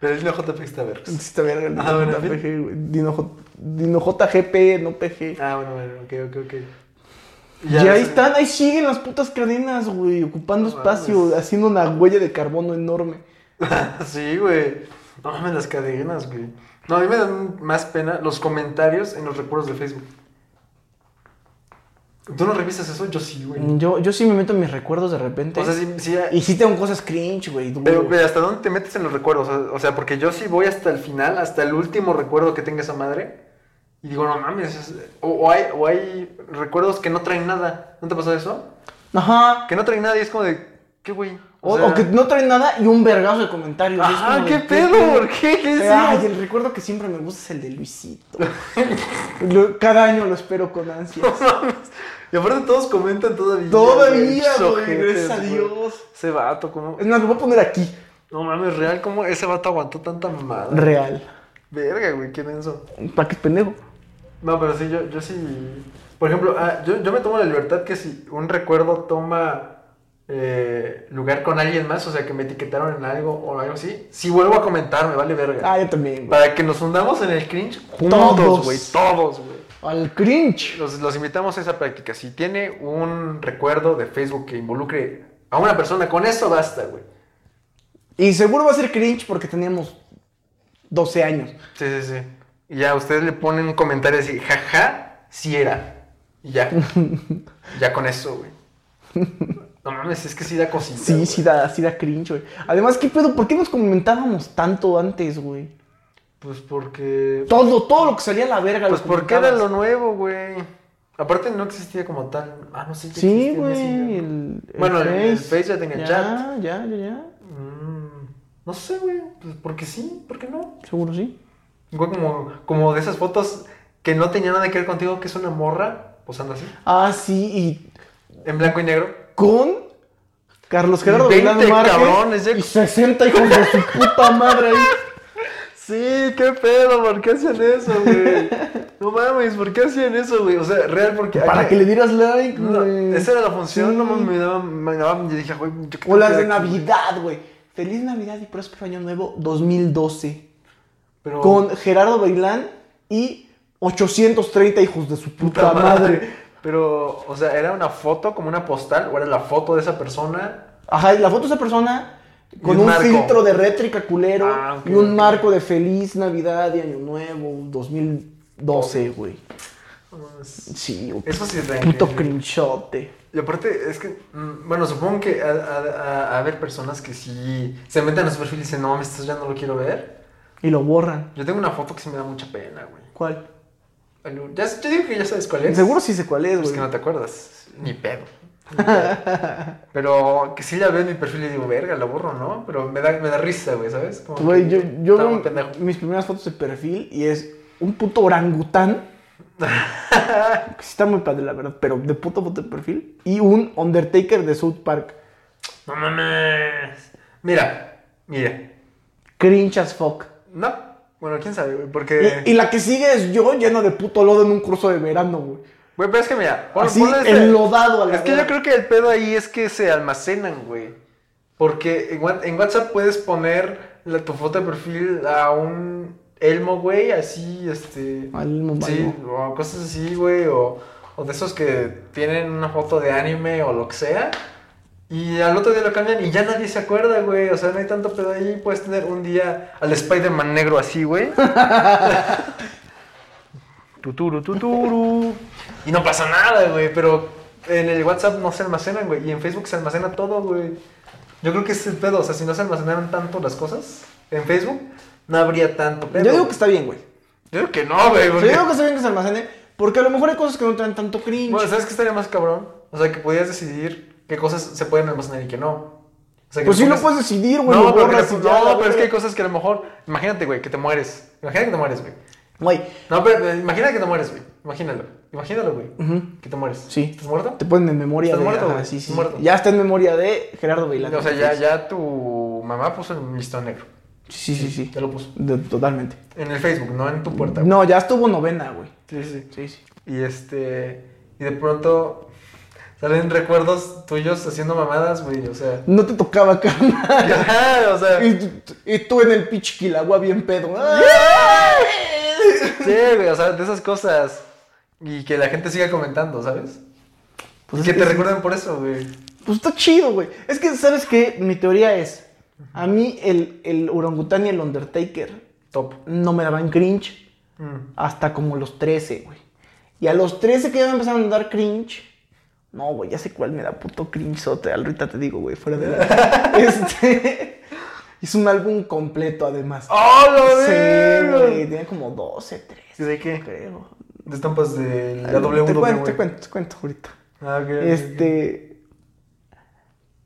S4: Pero el Dino JPG está vergas.
S3: Está verga el
S4: Ah, bueno,
S3: JPG, güey. Dino, J- Dino JGP, no PG.
S4: Ah, bueno, bueno, ok, ok, ok.
S3: Y ahí están, ahí siguen las putas cadenas, güey, ocupando
S4: No
S3: espacio,
S4: mames.
S3: haciendo una huella de carbono enorme.
S4: sí, güey. No mames las cadenas, güey. No, a mí me dan más pena los comentarios en los recuerdos de Facebook. ¿Tú no revisas eso? Yo sí, güey.
S3: Yo, yo sí me meto en mis recuerdos de repente.
S4: O sea, sí, sí, ah,
S3: Y sí tengo cosas cringe, güey. duro.
S4: Pero, pero ¿hasta dónde te metes en los recuerdos? O sea- O sea, porque yo sí voy hasta el final, hasta el último recuerdo que tenga esa madre. Y digo, no mames. es- O, o hay, o hay recuerdos que no traen nada. ¿No te pasó eso?
S3: Ajá.
S4: Que no traen nada y es como de, ¿qué güey?
S3: O,
S4: sea,
S3: o que no traen nada y un vergazo de comentarios. Y es
S4: Ajá,
S3: como de,
S4: ¿qué pedo? ¿Por qué? Ah, ¿Qué
S3: Eh,
S4: es
S3: Ay, el recuerdo que siempre me gusta es el de Luisito. Lo- Cada año lo espero con ansias.
S4: Y aparte todos comentan todavía.
S3: Todavía,
S4: esos
S3: güey, gracias a
S4: ojetes, güey.
S3: Dios.
S4: Ese vato, como.
S3: Es más, lo voy a poner aquí.
S4: No mames, real, como ese vato aguantó tanta mamada.
S3: Real.
S4: Verga, güey, qué denso.
S3: ¿Para qué pendejo?
S4: No, pero sí, yo, yo sí. Por ejemplo, ah, yo, yo me tomo la libertad que si un recuerdo toma eh, lugar con alguien más, o sea, que me etiquetaron en algo o algo así, si vuelvo a comentar, me vale verga.
S3: Ah, yo también, güey.
S4: Para que nos hundamos en el cringe
S3: Todos.
S4: juntos, güey. Todos, güey.
S3: Al cringe.
S4: Los, los invitamos a esa práctica. Si tiene un recuerdo de Facebook que involucre a una persona, con eso basta, güey.
S3: Y seguro va a ser cringe porque teníamos 12 años.
S4: Sí, sí, sí. Y ya ustedes le ponen un comentario así, jaja, si era. Y ya. ya con eso, güey. No mames, es que sí da cosita.
S3: Sí,
S4: güey.
S3: sí da, sí da cringe, güey. Además, ¿qué pedo? ¿Por qué nos comentábamos tanto antes, güey?
S4: Pues porque.
S3: Todo, todo lo que salía a la verga.
S4: Pues
S3: lo
S4: porque era lo
S3: comentabas.
S4: nuevo, güey. Aparte no existía como tal. Ah, no sé. ya
S3: Sí,
S4: existía Messenger,
S3: güey.
S4: ¿no?
S3: el- el
S4: Bueno, el- el Face ya tenía
S3: ya,
S4: chat.
S3: Ya, ya, ya.
S4: Mm, no sé, güey. Pues porque sí, porque no.
S3: Seguro sí.
S4: Güey, como, como de esas fotos que no tenía nada que ver contigo, que es una morra posando así,
S3: Ah, sí, y
S4: en blanco y negro.
S3: con Carlos Gerardo
S4: 20
S3: Velázquez Márquez
S4: cabrones, ya-
S3: y 60 hijos de su puta madre ahí.
S4: Sí, qué pedo, ¿por qué hacían eso, güey? No mames, ¿por qué hacían eso, güey? O sea, real, porque.
S3: Para que le dieras like,
S4: No,
S3: güey.
S4: esa era la función,
S3: Sí.
S4: no mames, me daba, me daba, yo dije, güey, yo qué
S3: O las
S4: tengo
S3: de
S4: que hacer aquí, güey.
S3: Navidad, güey. Feliz Navidad y próspero año nuevo 2012.
S4: Pero,
S3: Con Gerardo Bailán y 830 hijos de su puta,
S4: puta
S3: madre.
S4: Pero, o sea, ¿era una foto como una postal o era la foto de esa persona?
S3: Ajá, y la foto de esa persona con
S4: Y un
S3: un,
S4: marco.
S3: filtro de rétrica culero
S4: Ah, ok,
S3: y un
S4: ok.
S3: marco de Feliz Navidad y Año Nuevo 2012, güey.
S4: No mames.
S3: Sí, güey.
S4: Eso sí es de
S3: Puto
S4: cringe.
S3: crinchote.
S4: Y aparte, es que, mm, bueno, supongo que ha- ha- ha- a haber personas que sí se meten a su perfil y dicen, no mames, esto ya no lo quiero ver.
S3: Y lo borran.
S4: Yo tengo una foto que sí me da mucha pena, güey.
S3: ¿Cuál?
S4: Algo- Ya, yo digo que ya sabes cuál es.
S3: Seguro sí sé cuál es,
S4: Es
S3: güey.
S4: que no te acuerdas. Ni pedo. Ni pedo. Pero que sí la veo en mi perfil y digo, verga, la borro, ¿no? Pero me da, me da risa, güey, ¿sabes? Como
S3: Güey, yo,
S4: que
S3: yo
S4: estaba
S3: veo
S4: un pendejo.
S3: mis primeras fotos de perfil y es un puto orangután. que sí está muy padre, la verdad, pero de puto foto de perfil. Y un Undertaker de South Park.
S4: No mames. Mira, mira.
S3: Cringe as fuck.
S4: No. Bueno, quién sabe, güey,
S3: Y-
S4: porque...
S3: Y, la que sigue es yo lleno de puto lodo en un curso de verano, güey.
S4: Güey, pero es que mira, pon-
S3: Así,
S4: ponle este-
S3: enlodado a la
S4: Es que
S3: verga.
S4: yo creo que el pedo ahí es que se almacenan, güey. Porque en, Wa- en WhatsApp puedes poner la, tu foto de perfil a un elmo, güey, así, este...
S3: Al mismo
S4: Sí,
S3: baño.
S4: o cosas así, güey, o, o de esos que tienen una foto de anime o lo que sea, y al otro día lo cambian y ya nadie se acuerda, güey, o sea, no hay tanto pedo ahí, puedes tener un día al Spider-Man negro así, güey. tuturu, tuturu. Y no pasa nada, güey, pero en el WhatsApp no se almacenan, güey, y en Facebook se almacena todo, güey. Yo creo que es el pedo, o sea, si no se almacenaran tanto las cosas en Facebook, no habría tanto pedo.
S3: Yo digo
S4: güey.
S3: que está bien, güey.
S4: Yo digo que no, güey.
S3: Yo
S4: porque-
S3: digo que está bien que se almacene, porque a lo mejor hay cosas que no traen tanto cringe.
S4: Bueno, ¿sabes qué estaría más cabrón? O sea, que pudieras decidir qué cosas se pueden almacenar y qué no. O sea, que
S3: pues
S4: le
S3: sí lo
S4: pongas-
S3: puedes decidir, güey.
S4: No,
S3: lo
S4: pero, que
S3: borras
S4: le-
S3: y ya,
S4: no,
S3: la
S4: pero es que hay
S3: verga.
S4: cosas que a lo mejor. Imagínate, güey, que te mueres. Imagínate que te mueres, güey.
S3: Güey,
S4: No, pero eh, imagínate que te mueres, güey. Imagínalo. Imagínalo, güey.
S3: Ujú.
S4: Que te mueres.
S3: Sí.
S4: ¿Estás muerto?
S3: Te ponen en memoria
S4: Estás
S3: de.
S4: muerto,
S3: ajá,
S4: güey.
S3: sí, sí, sí.
S4: Muerto.
S3: Ya está en memoria de Gerardo Bailando.
S4: O sea, ya, ya tu mamá puso el listón negro.
S3: Sí, sí, sí. sí.
S4: Ya lo puso.
S3: De- totalmente.
S4: En el Facebook, no en tu puerta. güey.
S3: No, ya estuvo novena, güey.
S4: Sí, sí.
S3: Sí, sí.
S4: Y este. Y de pronto salen recuerdos tuyos haciendo mamadas, güey. O sea.
S3: No te tocaba cama.
S4: y- ajá, o sea.
S3: Y, tú- y tú en el pichquilagua bien pedo. ¡Ah!
S4: Sí, güey, o sea, de esas cosas. Y que la gente siga comentando, ¿sabes?
S3: Pues
S4: y que
S3: es
S4: te
S3: que sí.
S4: recuerden por eso, güey.
S3: Pues está chido, güey. Es que, ¿sabes qué? Mi teoría es: a mí el, el orangután y el Undertaker
S4: Top.
S3: no me daban cringe
S4: Mm.
S3: hasta como los 13, güey. Y a los 13 que ya me empezaron a dar cringe. No, güey, ya sé cuál me da puto cringe. Ahorita te digo, güey, fuera de la. este. Es un álbum completo, además.
S4: ¡Oh, lo
S3: Sí,
S4: verga!
S3: güey, tenía como 12, 13.
S4: ¿De qué?
S3: Creo.
S4: De estampas de la W.
S3: Te cuento, te cuento, te cuento ahorita.
S4: Ah, ok, ok, ok.
S3: Este.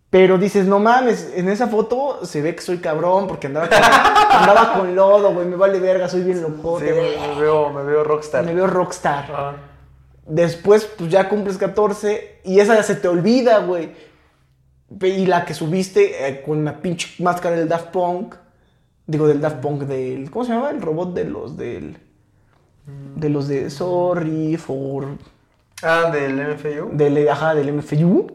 S3: Pero dices, no mames, en esa foto se ve que soy cabrón porque andaba con, andaba con lodo, güey, me vale verga, soy bien
S4: Sí,
S3: locote.
S4: güey, me veo, me veo rockstar. Ah.
S3: me veo rockstar.
S4: Ajá.
S3: Después, pues ya cumples 14 y esa se te olvida, güey. Ve- Y la que subiste eh, con la pinche máscara del Daft Punk. Digo, del Daft Punk, del. ¿Cómo se llama? El robot de los del. De los de. Sorry for.
S4: Ah, del MFU.
S3: Del, ajá, del MFU.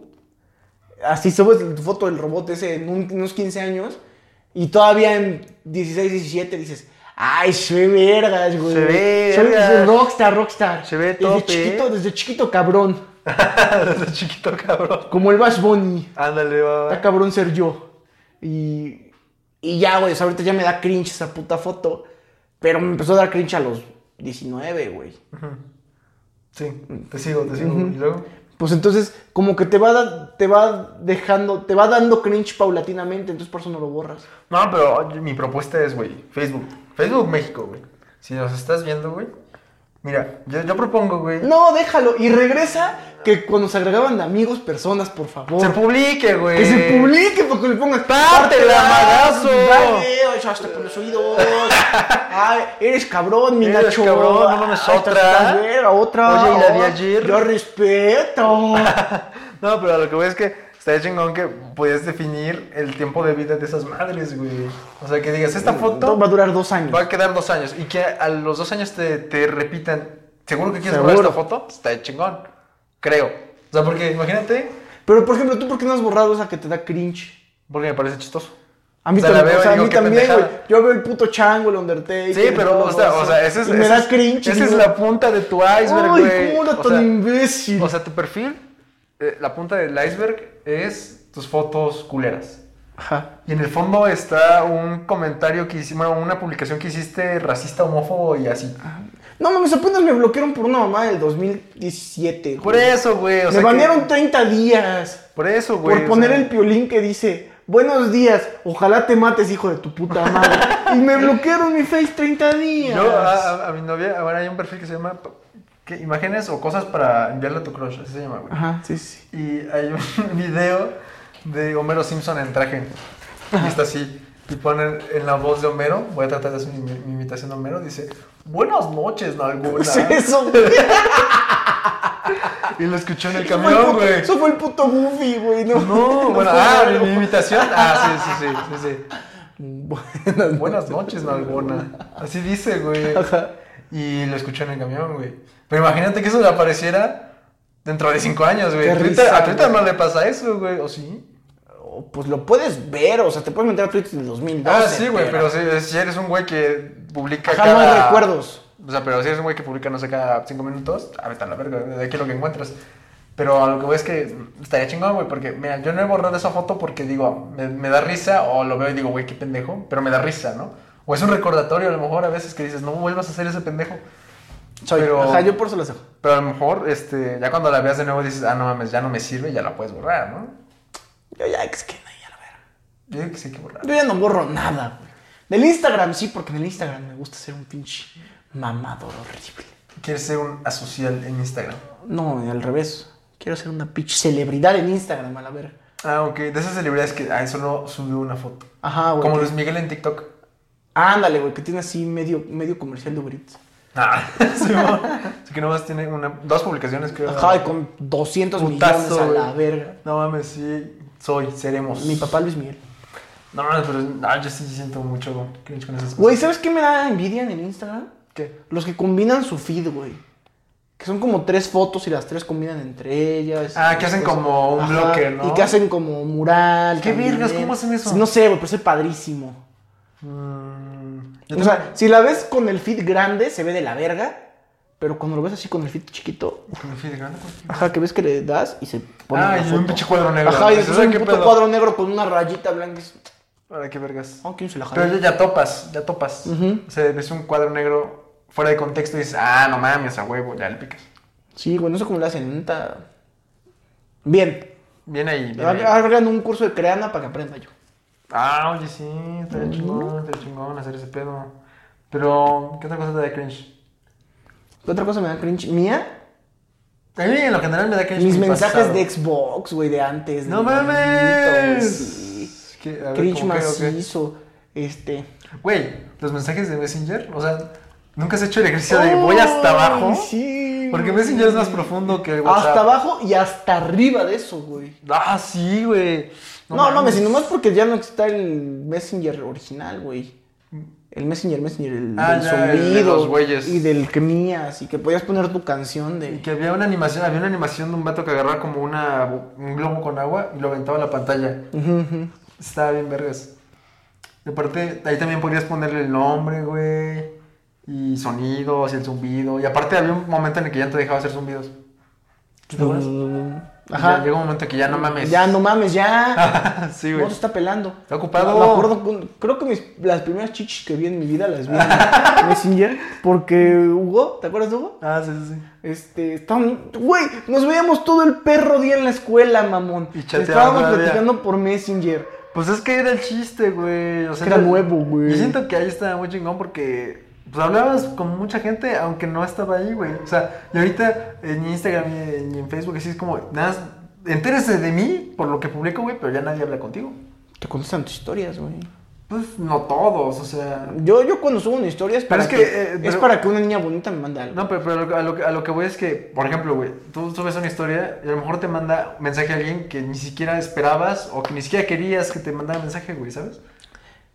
S3: Así subes tu foto del robot ese en un- unos 15 años. Y todavía en 16, 17 dices. Ay, soy vergas, güey.
S4: Se ve
S3: Soy
S4: vergas.
S3: soy rockstar, rockstar.
S4: Se ve
S3: Desde
S4: tope. ¿eh?
S3: chiquito, desde chiquito cabrón.
S4: Desde chiquito, cabrón.
S3: Como el Bash Bunny.
S4: Ándale, va,
S3: Está
S4: va.
S3: cabrón ser yo. Y, y ya, güey. o sea, ahorita ya me da cringe esa puta foto. Pero me empezó a dar cringe a los 19, güey.
S4: Sí, te sigo, te sigo. Y luego.
S3: Pues entonces, como que te va, da- te va dejando, te va dando cringe paulatinamente. Entonces, por eso no lo borras.
S4: No, pero mi propuesta es, güey, Facebook. Facebook México, güey. Si nos estás viendo, güey. Mira, yo, yo propongo, güey.
S3: No, déjalo. Y regresa que cuando se agregaban de amigos, personas, por favor.
S4: Se publique, güey.
S3: que se publique porque le pongas
S4: ¡Pártela, magazo!
S3: Dale, ay, hasta con los oídos. Ay, eres cabrón, mi
S4: Eres
S3: Nacho.
S4: cabrón, no mames,
S3: Ay, estás
S4: otra.
S3: tan güera, otra.
S4: Oye, ¿y la de ayer?
S3: Yo respeto.
S4: No, pero a lo que voy es que está chingón que puedes definir el tiempo de vida de esas madres, güey. O sea, que digas, esta foto
S3: va a durar dos años.
S4: va a quedar dos años y que a los dos años te, te repitan, ¿seguro que quieres
S3: Seguro.
S4: borrar esta foto? Está chingón, creo. O sea, porque imagínate,
S3: Pero, por ejemplo, ¿tú por qué no has borrado esa que te da cringe?
S4: porque me parece chistoso.
S3: A mí
S4: O sea, la
S3: también,
S4: veo
S3: o
S4: y
S3: sea, a
S4: digo,
S3: mí
S4: qué
S3: también, güey.
S4: pendejada.
S3: Yo veo el puto chango, el Undertaker.
S4: Sí, pero,
S3: todo
S4: o sea,
S3: eso.
S4: o sea, ese es,
S3: Y me
S4: ese
S3: da
S4: es-
S3: cringe.
S4: esa
S3: y
S4: es
S3: digo,
S4: la punta de tu iceberg,
S3: Ay,
S4: güey.
S3: ¿cómo era
S4: O
S3: tan
S4: sea,
S3: imbécil?
S4: O sea, tu perfil, eh, la punta del iceberg es tus fotos culeras.
S3: Ajá.
S4: Y en el fondo está un comentario que hicimos, bueno, una publicación que hiciste racista, homófobo y así.
S3: No mames, apenas me bloquearon por una mamá del 2017.
S4: Por
S3: güey.
S4: eso, güey. o
S3: Me
S4: sea que-
S3: banearon 30 días.
S4: Por eso, güey.
S3: por
S4: o
S3: poner
S4: sea,
S3: el piolín que dice, buenos días, ojalá te mates, hijo de tu puta madre. y me bloquearon mi face 30 días.
S4: Yo ah, a, a- a mi novia, ahora hay un perfil que se llama ¿qué? Imágenes o cosas para enviarle a tu crush, así se llama, güey.
S3: Ajá, sí, sí.
S4: Y hay un video de Homero Simpson en traje. Y está así. Y ponen en la voz de Homero, voy a tratar de hacer mi, mi imitación de Homero, dice, buenas noches, Nalgona.
S3: Pues eso, güey.
S4: Y lo escuchó en el
S3: Eso fue el
S4: camión,
S3: puto-
S4: güey.
S3: Eso fue el puto Goofy, güey. No,
S4: No, bueno,
S3: fue
S4: ah,
S3: Homero.
S4: mi imitación. Ah, sí, sí, sí, sí, sí.
S3: Buenas,
S4: Buenas noches, Nalgona. Así dice, güey.
S3: Ajá.
S4: Y lo escuchó en el camión, güey. Pero imagínate que eso le apareciera dentro de cinco años, güey.
S3: Qué
S4: Twitter-
S3: risa,
S4: a Twitter
S3: güey.
S4: no le pasa eso, güey. ¿O sí?
S3: O, Pues lo puedes ver, o sea, te puedes meter a Twitter del 2012.
S4: Ah, sí, güey, pero si, si eres un güey que publica
S3: Ajá,
S4: cada...
S3: no hay recuerdos.
S4: O sea, pero si eres un güey que publica, no sé, cada cinco minutos, ah, a ver, la verga, de aquí lo que encuentras. Pero a lo que voy es que estaría chingón, güey, porque, mira, yo no he borrado esa foto porque, digo, me, me da risa, o lo veo y digo, güey, qué pendejo, pero me da risa, ¿no? O es un recordatorio, a lo mejor, a veces que dices, no vuelvas a hacer ese pendejo.
S3: Soy-
S4: pero-
S3: Ajá, yo por eso las dejo.
S4: Pero a lo mejor, este, ya cuando la veas de nuevo dices, ah, no mames, ya no me sirve, y ya la puedes borrar, ¿no?
S3: Yo ya, es que no, ya la verga.
S4: Yo digo que sí hay que borrar.
S3: Yo ya no borro nada, güey. Del Instagram sí, porque en el Instagram me gusta ser un pinche mamador horrible.
S4: Quieres ser un asocial en Instagram.
S3: No, al revés. Quiero ser una pinche celebridad en Instagram, a la verga.
S4: Ah, ok. De esas celebridades que ah, solo subió una foto.
S3: Ajá, güey.
S4: Como
S3: que-
S4: Luis Miguel en TikTok.
S3: Ándale, güey, que tiene así medio, medio comercial de Uber Eats.
S4: Ah, Simón. Así que nomás tiene una, dos publicaciones, creo.
S3: Ajá, y con 200 millones
S4: Putazo,
S3: a la
S4: güey.
S3: verga.
S4: No mames, sí, soy, seremos.
S3: Mi papá Luis Miguel.
S4: No mames, pero ah, yo sí siento mucho cringe con esas cosas.
S3: Güey, ¿sabes qué me da envidia en el Instagram?
S4: ¿Qué?
S3: Los que combinan su feed, güey. Que son como tres fotos y las tres combinan entre ellas.
S4: Ah, que hacen como un bloque, ¿no?
S3: Y que hacen como mural.
S4: ¿Qué
S3: también.
S4: vergas? ¿Cómo hacen eso?
S3: No sé, güey, pero es padrísimo.
S4: Mm, yo
S3: O sea, si la ves con el feed grande, se ve de la verga. Pero cuando lo ves así con el feed chiquito,
S4: tengo- me fui de grande.
S3: ajá, que ves que le das y se pone.
S4: Ah,
S3: una
S4: y un
S3: foto.
S4: pinche cuadro negro.
S3: Ajá, y
S4: Dices,
S3: es
S4: "Ay,
S3: un
S4: qué
S3: puto
S4: pedo".
S3: cuadro negro con una rayita blanca. y es-
S4: Ahora qué vergas.
S3: Ah, ¿quién se la
S4: Pero
S3: jaló?
S4: ya, ya topas, ya topas.
S3: Ujú.
S4: O sea, ves un cuadro negro fuera de contexto y dices, ah, no mames, a huevo, ya le picas.
S3: Sí, güey, no sé cómo le hacen. neta. Bien.
S4: Viene ahí,
S3: Ah,
S4: viene ahí.
S3: Hagan un curso de creana para que aprenda yo.
S4: Ah, oye, sí, estaría chingón, estaría chingón hacer ese pedo. Pero, ¿qué otra cosa te da cringe?
S3: ¿Qué otra cosa me da cringe? ¿Mía?
S4: A mí en lo general me da cringe.
S3: Mis
S4: mi
S3: mensajes
S4: pasado.
S3: de Xbox, güey, de antes. de
S4: ¡No
S3: gordito, güey,
S4: mames!
S3: sí.
S4: ¿Qué? A ver,
S3: Cringe
S4: ¿cómo qué, o qué?
S3: macizo. Este.
S4: Güey, los mensajes de Messenger, o sea, nunca has hecho el ejercicio de voy hasta
S3: Ay,
S4: abajo.
S3: Sí.
S4: Porque
S3: güey.
S4: Messenger es más profundo que WhatsApp.
S3: Hasta abajo y hasta arriba de eso, güey.
S4: Ah, sí, güey.
S3: No, no mames, y nomás porque ya no está el Messenger original, güey. El Messenger, Messenger, el,
S4: Ah,
S3: del
S4: ya, el de
S3: zumbido
S4: los güeyes.
S3: Y del que mías, y que podías poner tu canción
S4: Y
S3: de.
S4: que había una animación, había una animación de un vato que agarraba como una, un globo con agua y lo aventaba a la pantalla.
S3: Ujú, ujú.
S4: Estaba bien vergas. Y aparte, ahí también podías ponerle el nombre, güey. Y sonidos y el zumbido. Y aparte había un momento en el que ya no te dejaba hacer zumbidos. ¿Te acuerdas?
S3: Mm, Ajá.
S4: Mm, Ya Llegó un momento que ya no mames.
S3: Ya, no mames, ya.
S4: sí,
S3: No
S4: güey.
S3: se está pelando.
S4: Está ocupado.
S3: Me acuerdo, con- creo que mis- las primeras chichis que vi en mi vida las vi en Messenger. Porque Hugo, ¿te acuerdas de Hugo?
S4: Ah, sí, sí, sí.
S3: Este, estaban, güey, nos veíamos todo el perro día en la escuela, mamón.
S4: Y chateaban
S3: Estábamos
S4: todavía.
S3: platicando por Messenger.
S4: Pues es que era el chiste, güey. O sea,
S3: Era nuevo, güey.
S4: Yo siento que ahí estaba muy chingón porque pues, hablabas con mucha gente, aunque no estaba ahí, güey. O sea, y ahorita en Instagram y en, y en Facebook así es como, nada, más, entérese de mí por lo que publico, güey, pero ya nadie habla contigo.
S3: Te contestan tus historias, güey.
S4: Pues no todos, o sea.
S3: Yo, yo cuando subo una historia es
S4: Pero
S3: para,
S4: es
S3: que,
S4: que, eh,
S3: es
S4: pero-
S3: para que una niña bonita me mande algo.
S4: No, pero, pero a, lo, que- a lo que voy es que, por ejemplo, güey, tú subes una historia y a lo mejor te manda mensaje a alguien que ni siquiera esperabas o que ni siquiera querías que te mandara mensaje, güey, ¿sabes?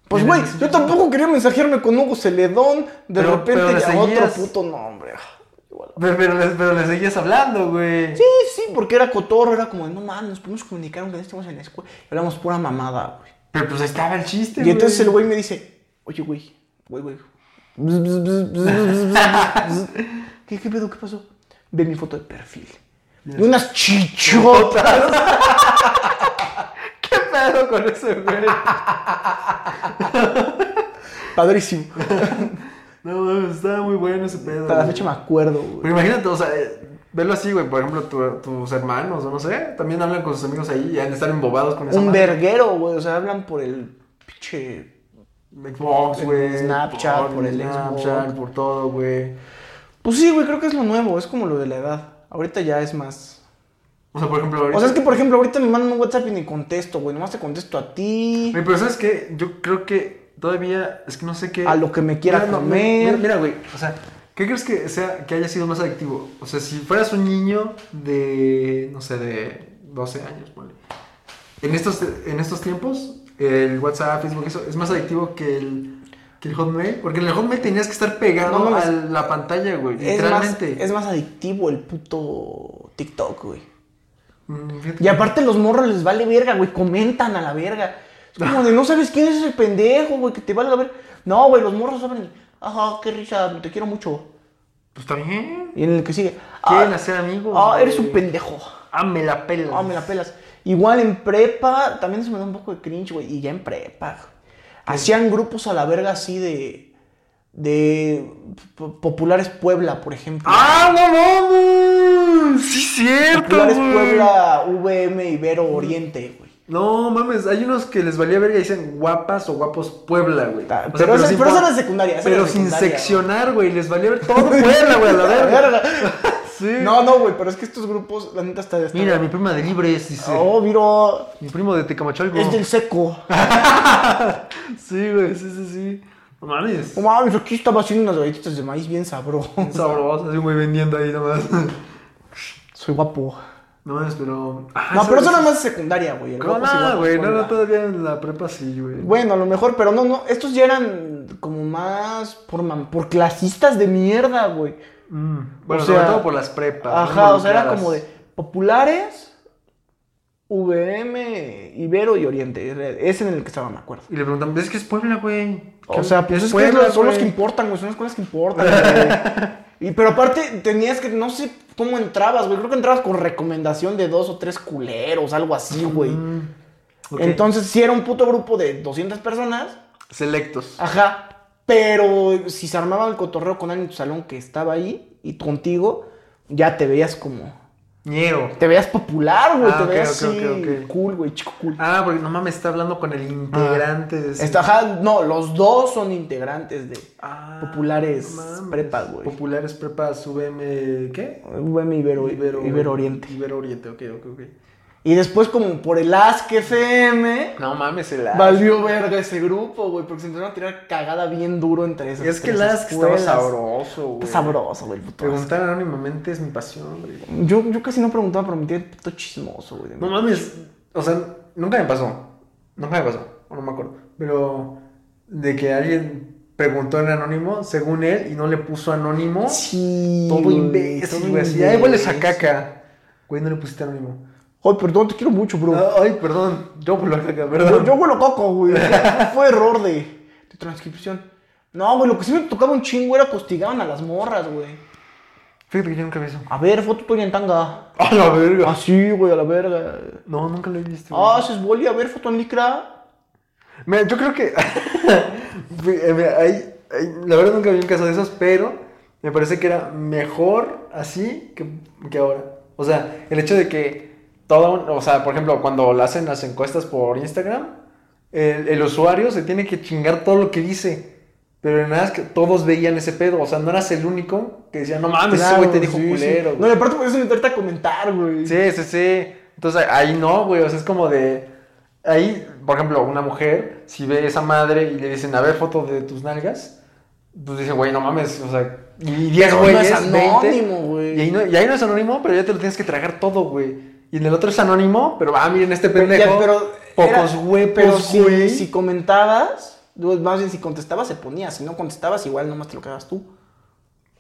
S3: pues,
S4: en
S3: güey,
S4: el
S3: yo
S4: Messenger.
S3: tampoco quería mensajearme con Hugo Celedón. De
S4: Pero-
S3: repente
S4: pero le
S3: ya otro
S4: seguías.
S3: puto nombre. Ah, igual.
S4: Pero, pero, le- pero le seguías hablando, güey.
S3: Sí, sí, porque era cotorro, era como, de, no mames, nos podemos comunicar aunque no estemos en la escuela. Y hablamos pura mamada, güey.
S4: Pero pues ahí estaba el chiste,
S3: Y entonces el güey me dice, oye, güey, güey, güey. Bzz, bzz, bzz, bzz, bzz, bzz, bzz. ¿Qué, ¿Qué pedo? ¿Qué pasó? Ve mi foto de perfil. De unas chichotas.
S4: ¿Qué pedo con ese güey?
S3: Padrísimo.
S4: No, mames, estaba muy bueno ese pedo.
S3: Hasta la
S4: güey.
S3: fecha me acuerdo, güey.
S4: Pero imagínate, o sea, eh, verlo así, güey. Por ejemplo, tu- tus hermanos, o no sé, también hablan con sus amigos ahí y han de estar embobados con esa
S3: Un
S4: madre.
S3: verguero, güey. O sea, hablan por el pinche.
S4: Xbox, güey.
S3: Snapchat, por el
S4: Snapchat,
S3: Xbox.
S4: por todo, güey.
S3: Pues sí, güey, creo que es lo nuevo. Es como lo de la edad. Ahorita ya es más.
S4: O sea, por ejemplo, ahorita.
S3: O sea, es que por ejemplo, ahorita me mandan un WhatsApp y ni contesto, güey. Nomás te contesto a ti.
S4: Güey, pero ¿sabes qué? Yo creo que todavía, es que no sé qué.
S3: A lo que me quiera
S4: Mira, no,
S3: comer.
S4: Mira, mira, güey, o sea, ¿qué crees que sea que haya sido más adictivo? O sea, si fueras un niño de, no sé, de 12 años, ponle. En estos, en estos tiempos, el WhatsApp, Facebook, eso, es más adictivo que el, que el Hotmail. Porque en el Hotmail tenías que estar pegado
S3: No mames.
S4: a la pantalla, güey,
S3: Es más,
S4: literalmente.
S3: es más adictivo el puto TikTok, güey.
S4: Mm, fíjate.
S3: Y aparte los morros les vale verga, güey, comentan a la verga. Es como de, no sabes quién es ese pendejo, güey, que te vale la verga. No, güey, los morros saben, y, ajá, qué risa, te quiero mucho.
S4: Pues está bien.
S3: Y en el que sigue,
S4: Quieren
S3: ah,
S4: hacer amigos.
S3: ah,
S4: güey.
S3: eres un pendejo,
S4: Ah, me la pelas.
S3: ah, me la pelas. Igual en prepa, también se me da un poco de cringe, güey, y ya en prepa. güey. Hacían grupos a la verga así de, de p- populares Puebla, por ejemplo.
S4: ¡Ah, no mames! Sí, cierto,
S3: populares
S4: güey.
S3: Puebla, VM, Ibero, Oriente, güey.
S4: No mames, hay unos que les valía verga y dicen guapas o guapos Puebla, güey.
S3: Ta-
S4: O
S3: Ah, pero esa- pero esa
S4: por-
S3: era secundaria, esa era
S4: Pero sin
S3: secundaria,
S4: seccionar, güey. Les valía ver todo Puebla, güey, a la verga. Sí.
S3: No, no, güey, pero es que estos grupos, la neta, está de esta-
S4: Mira, mi prima de Libres, dice.
S3: Oh, miro,
S4: Mi primo de Tecamachalco.
S3: es del seco.
S4: Sí, güey, sí, sí, sí. No mames.
S3: No mames, aquí estaba haciendo unas galletitas de maíz bien sabrosas.
S4: Sabroso, así, güey, vendiendo ahí nomás.
S3: Soy guapo.
S4: No mames, pero. Ah,
S3: No, pero eso
S4: ¿sabes?
S3: nada más es secundaria, güey. el
S4: ¿Cómo
S3: guapo sí,
S4: nada,
S3: guapo
S4: güey?
S3: es
S4: No, no,
S3: buena.
S4: todavía en la prepa sí, güey.
S3: Bueno, a lo mejor, pero no, no. Estos ya eran como más por, man- por clasistas de mierda, güey.
S4: Mm. Bueno,
S3: o sea,
S4: sobre todo por las prepas. ¿no?
S3: Ajá, o sea, era
S4: Involucradas.
S3: como de populares, VM, Ibero y Oriente. Era- Ese en el que estaba, me acuerdo.
S4: Y le preguntan, ¿ves que es Puebla, güey?
S3: O sea, pues es que
S4: Oh, Puebla,
S3: los- son los que
S4: güey.
S3: importan, güey. Son las cosas que importan, güey. Y, pero aparte, tenías que, no sé cómo entrabas, güey. Creo que entrabas con recomendación de dos o tres culeros, algo así, güey.
S4: Mm. Ok.
S3: Entonces, si era un puto grupo de 200 personas,
S4: Selectos.
S3: Ajá. Pero si se armaba el cotorreo con alguien en tu salón que estaba ahí y contigo, ya te veías como.
S4: Ñero.
S3: Te veías popular, güey.
S4: Ah,
S3: te
S4: ok,
S3: veías
S4: ok,
S3: así.
S4: ok, ok.
S3: Cool, güey, chico cool.
S4: Ah, porque no mames, está hablando con el integrante de ese-
S3: Está- ajá, no, los dos son integrantes de
S4: Ah,
S3: populares
S4: no mames.
S3: prepa, güey.
S4: Populares prepa, VM, ¿qué?
S3: VM Ibero, Ibero, Oriente.
S4: Ibero Oriente, ok, ok, ok.
S3: Y después, como por el Ask FM,
S4: No mames, el Ask.
S3: valió verga ese grupo, güey, porque se empezaron a tirar cagada bien duro entre esas.
S4: Es que el
S3: entre esas
S4: Ask estaba
S3: escuelas.
S4: sabroso, güey.
S3: Está sabroso, güey, el puto Ask.
S4: Preguntar anónimamente es mi pasión, güey.
S3: Yo, yo casi no preguntaba, pero me metía el puto chismoso, güey. de
S4: No mames, o sea, nunca me pasó. Nunca me pasó, o no me acuerdo. Pero de que alguien preguntó en anónimo, según él, y no le puso anónimo.
S3: Sí.
S4: Todo
S3: güey,
S4: imbécil,
S3: todo
S4: güey. Así, ay, hueles a
S3: imbécil.
S4: caca. Güey, no le pusiste anónimo.
S3: Ay, perdón, te quiero mucho, bro.
S4: Ah, Ay, perdón. Yo huelo a caca,
S3: yo,
S4: perdón.
S3: yo huelo coco, güey. Fue error de, de transcripción. No, güey, lo que sí me tocaba un chingo era costigaban a las morras, güey.
S4: Fíjate que yo nunca vi eso.
S3: A ver, foto tuya en tanga.
S4: A la verga.
S3: Así, güey, a la verga.
S4: No, nunca lo he visto. güey.
S3: Ah, haces boli, a ver, foto en licra.
S4: Mira, yo creo que. Fue- eh, mira, hay- hay- la verdad nunca vi un caso de esos, pero me parece que era mejor así que, que ahora. O sea, el hecho de que todo. un- O sea, por ejemplo, cuando la hacen las encuestas por Instagram, el, el usuario se tiene que chingar todo lo que dice. Pero en nada es que todos veían ese pedo. O sea, no eras el único que decía, no mames, ese güey te dijo
S3: sí,
S4: culero. güey".
S3: sí. No, y aparte por eso meterte a comentar, güey.
S4: Sí, sí, sí. Entonces ahí no, güey. O sea, es como de. Ahí, por ejemplo, una mujer, si ve esa madre y le dicen, a ver, foto de tus nalgas, pues dice, güey, no mames, o sea, y 10
S3: No, no
S4: güeyes.
S3: es
S4: 20,
S3: anónimo, güey.
S4: Y, ahí no- y ahí no es anónimo, pero ya te lo tienes que tragar todo, güey. Y en el otro es anónimo, pero ah, miren, este pendejo.
S3: Ya, pero era-
S4: pocos huevos,
S3: pero si-
S4: güey.
S3: Si, comentabas, pues, más bien si contestabas se ponía, si no contestabas igual nomás te lo cagas tú.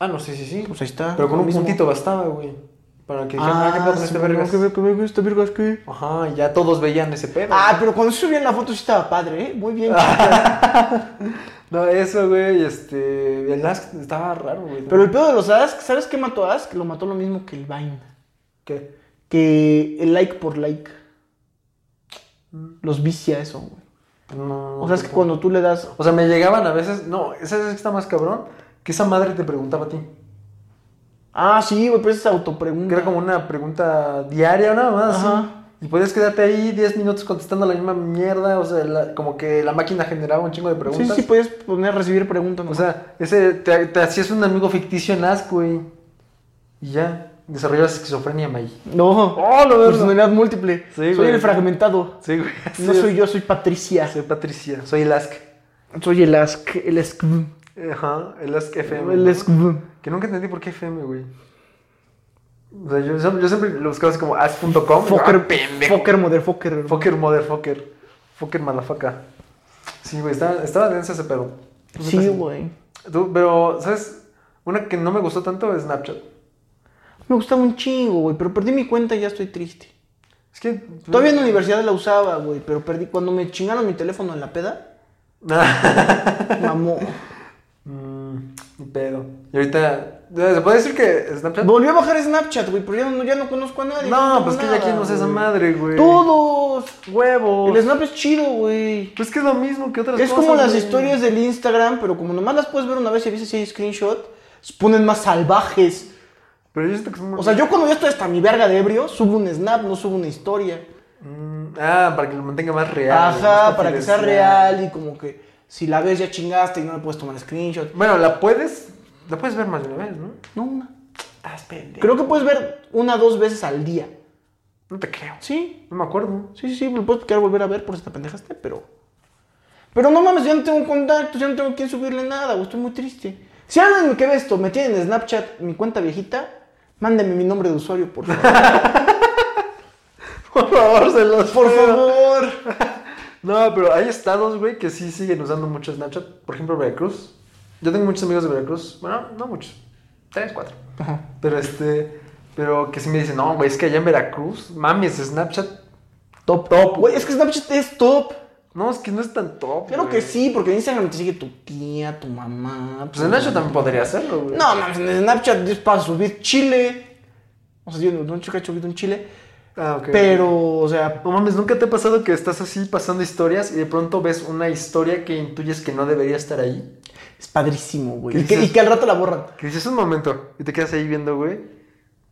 S4: Ah, no, sí, sí, sí.
S3: Pues ahí está.
S4: Pero con
S3: lo
S4: un
S3: mismo.
S4: puntito bastaba, güey. Para que dijeran, ah, ¿qué
S3: Ah,
S4: pedo con
S3: sí,
S4: este
S3: no,
S4: vergas?
S3: que ve- que ve- que esta verga es que-
S4: Ajá, y ya todos veían ese pedo.
S3: Ah, pero cuando subían la foto sí estaba padre, ¿eh? Muy bien. chicas.
S4: No, eso, güey, este. El Ask estaba raro, güey.
S3: pero el pedo de los Ask, ¿sabes qué mató a Ask? Lo mató lo mismo que el Vine.
S4: ¿Qué?
S3: Que el like por like. Los vicia eso, güey.
S4: No.
S3: O sea, es que cuando tú le das...
S4: O sea, me llegaban a veces. No, esa es que está más cabrón. Que esa madre te preguntaba a ti.
S3: Ah, sí, güey, pues es
S4: Que
S3: autopregunta.
S4: era como una pregunta diaria, ¿no? Más así.
S3: Ajá.
S4: Y podías quedarte ahí 10 minutos contestando la misma mierda. O sea, la- como que la máquina generaba un chingo de
S3: Sí,
S4: preguntas.
S3: sí, podías poner recibir preguntas.
S4: O
S3: nomás.
S4: sea, ese te, te hacías un amigo ficticio en Ask, güey. Y ya. Desarrollabas esquizofrenia, May.
S3: No.
S4: Oh, la verga.
S3: Personalidad múltiple.
S4: Sí,
S3: soy
S4: güey.
S3: el fragmentado.
S4: Sí, güey.
S3: No soy yo, soy Patricia.
S4: Soy Patricia. Soy el Ask.
S3: Soy el Ask. El Ask.
S4: Ajá, el Ask FM.
S3: El
S4: ¿no?
S3: Ask.
S4: Que nunca entendí por qué FM, güey. O sea, yo, yo siempre lo buscaba así como ask.com.
S3: Fokker,
S4: Ah, pendejo.
S3: Fokker, motherfucker.
S4: Fucker, motherfucker. Fucker, malafaca. Sí, güey, estaba, estaba denso ese pedo.
S3: Sí, güey.
S4: Tú- Pero, ¿sabes? Una que no me gustó tanto es Snapchat.
S3: Me gustaba un chingo, güey, pero perdí mi cuenta y ya estoy triste.
S4: Es que. pues,
S3: Todavía en la universidad la usaba, güey, pero perdí. Cuando me chingaron mi teléfono en la peda, mamó.
S4: Mm, Ni pedo. Y ahorita. ¿Se puede decir que Snapchat?
S3: Volví a bajar Snapchat, güey, pero ya no, ya no conozco a nadie.
S4: No,
S3: tengo
S4: pues que ya
S3: nada,
S4: quién no es esa
S3: güey.
S4: madre, güey.
S3: Todos.
S4: Huevos.
S3: El Snap es chido, güey.
S4: Pues que es lo mismo que otras
S3: Es
S4: cosas.
S3: como las
S4: güey.
S3: historias del Instagram, pero como nomás las puedes ver una vez y a veces si hay screenshot, se ponen más salvajes.
S4: Pero yo siento que es muy-
S3: O sea, yo cuando ya estoy hasta mi verga de ebrio, subo un snap, no subo una historia.
S4: Mm, ah, para que lo mantenga más real.
S3: Ajá,
S4: más
S3: para que sea
S4: confidencial.
S3: real y como que si la ves ya chingaste y no le puedes tomar screenshot.
S4: Bueno, la puedes. La puedes ver más de una vez, ¿no?
S3: No, una.
S4: Estás pendejo.
S3: Creo que puedes ver una dos veces al día.
S4: No te creo.
S3: Sí,
S4: No me acuerdo.
S3: sí, sí, sí, lo puedes quedar volver a ver por si te pendejaste, pero. Pero no mames, ya no tengo contacto, ya no tengo quien subirle nada, güey, estoy muy triste. Si alguien que ve esto me tiene en Snapchat mi cuenta viejita, mándeme mi nombre de usuario, por favor.
S4: Por favor, se los
S3: por
S4: pido.
S3: favor.
S4: No, pero hay estados, güey, que sí siguen usando mucho Snapchat. Por ejemplo, Veracruz. Yo tengo muchos amigos de Veracruz. Bueno, no muchos. Tres, cuatro.
S3: Ajá.
S4: Pero este. Pero que sí me dicen, no, güey, es que allá en Veracruz, mames, Snapchat.
S3: Top, top. Güey, es que Snapchat es top.
S4: No, es que no es tan top.
S3: Claro
S4: güey".
S3: que sí, porque en Instagram te sigue tu tía, tu mamá.
S4: Pues Snapchat también podría hacerlo, güey.
S3: No, mames, en Snapchat es para subir chile. O sea, yo no- no nunca he subido un chile.
S4: Ah, ok.
S3: Pero, o sea,
S4: No mames, ¿nunca te ha pasado que estás así pasando historias y de pronto ves una historia que intuyes que no debería estar ahí?
S3: es padrísimo, güey.
S4: ¿Qué
S3: Y que,
S4: dices?
S3: y que al rato la borran.
S4: Que dices un momento y te quedas ahí viendo, güey.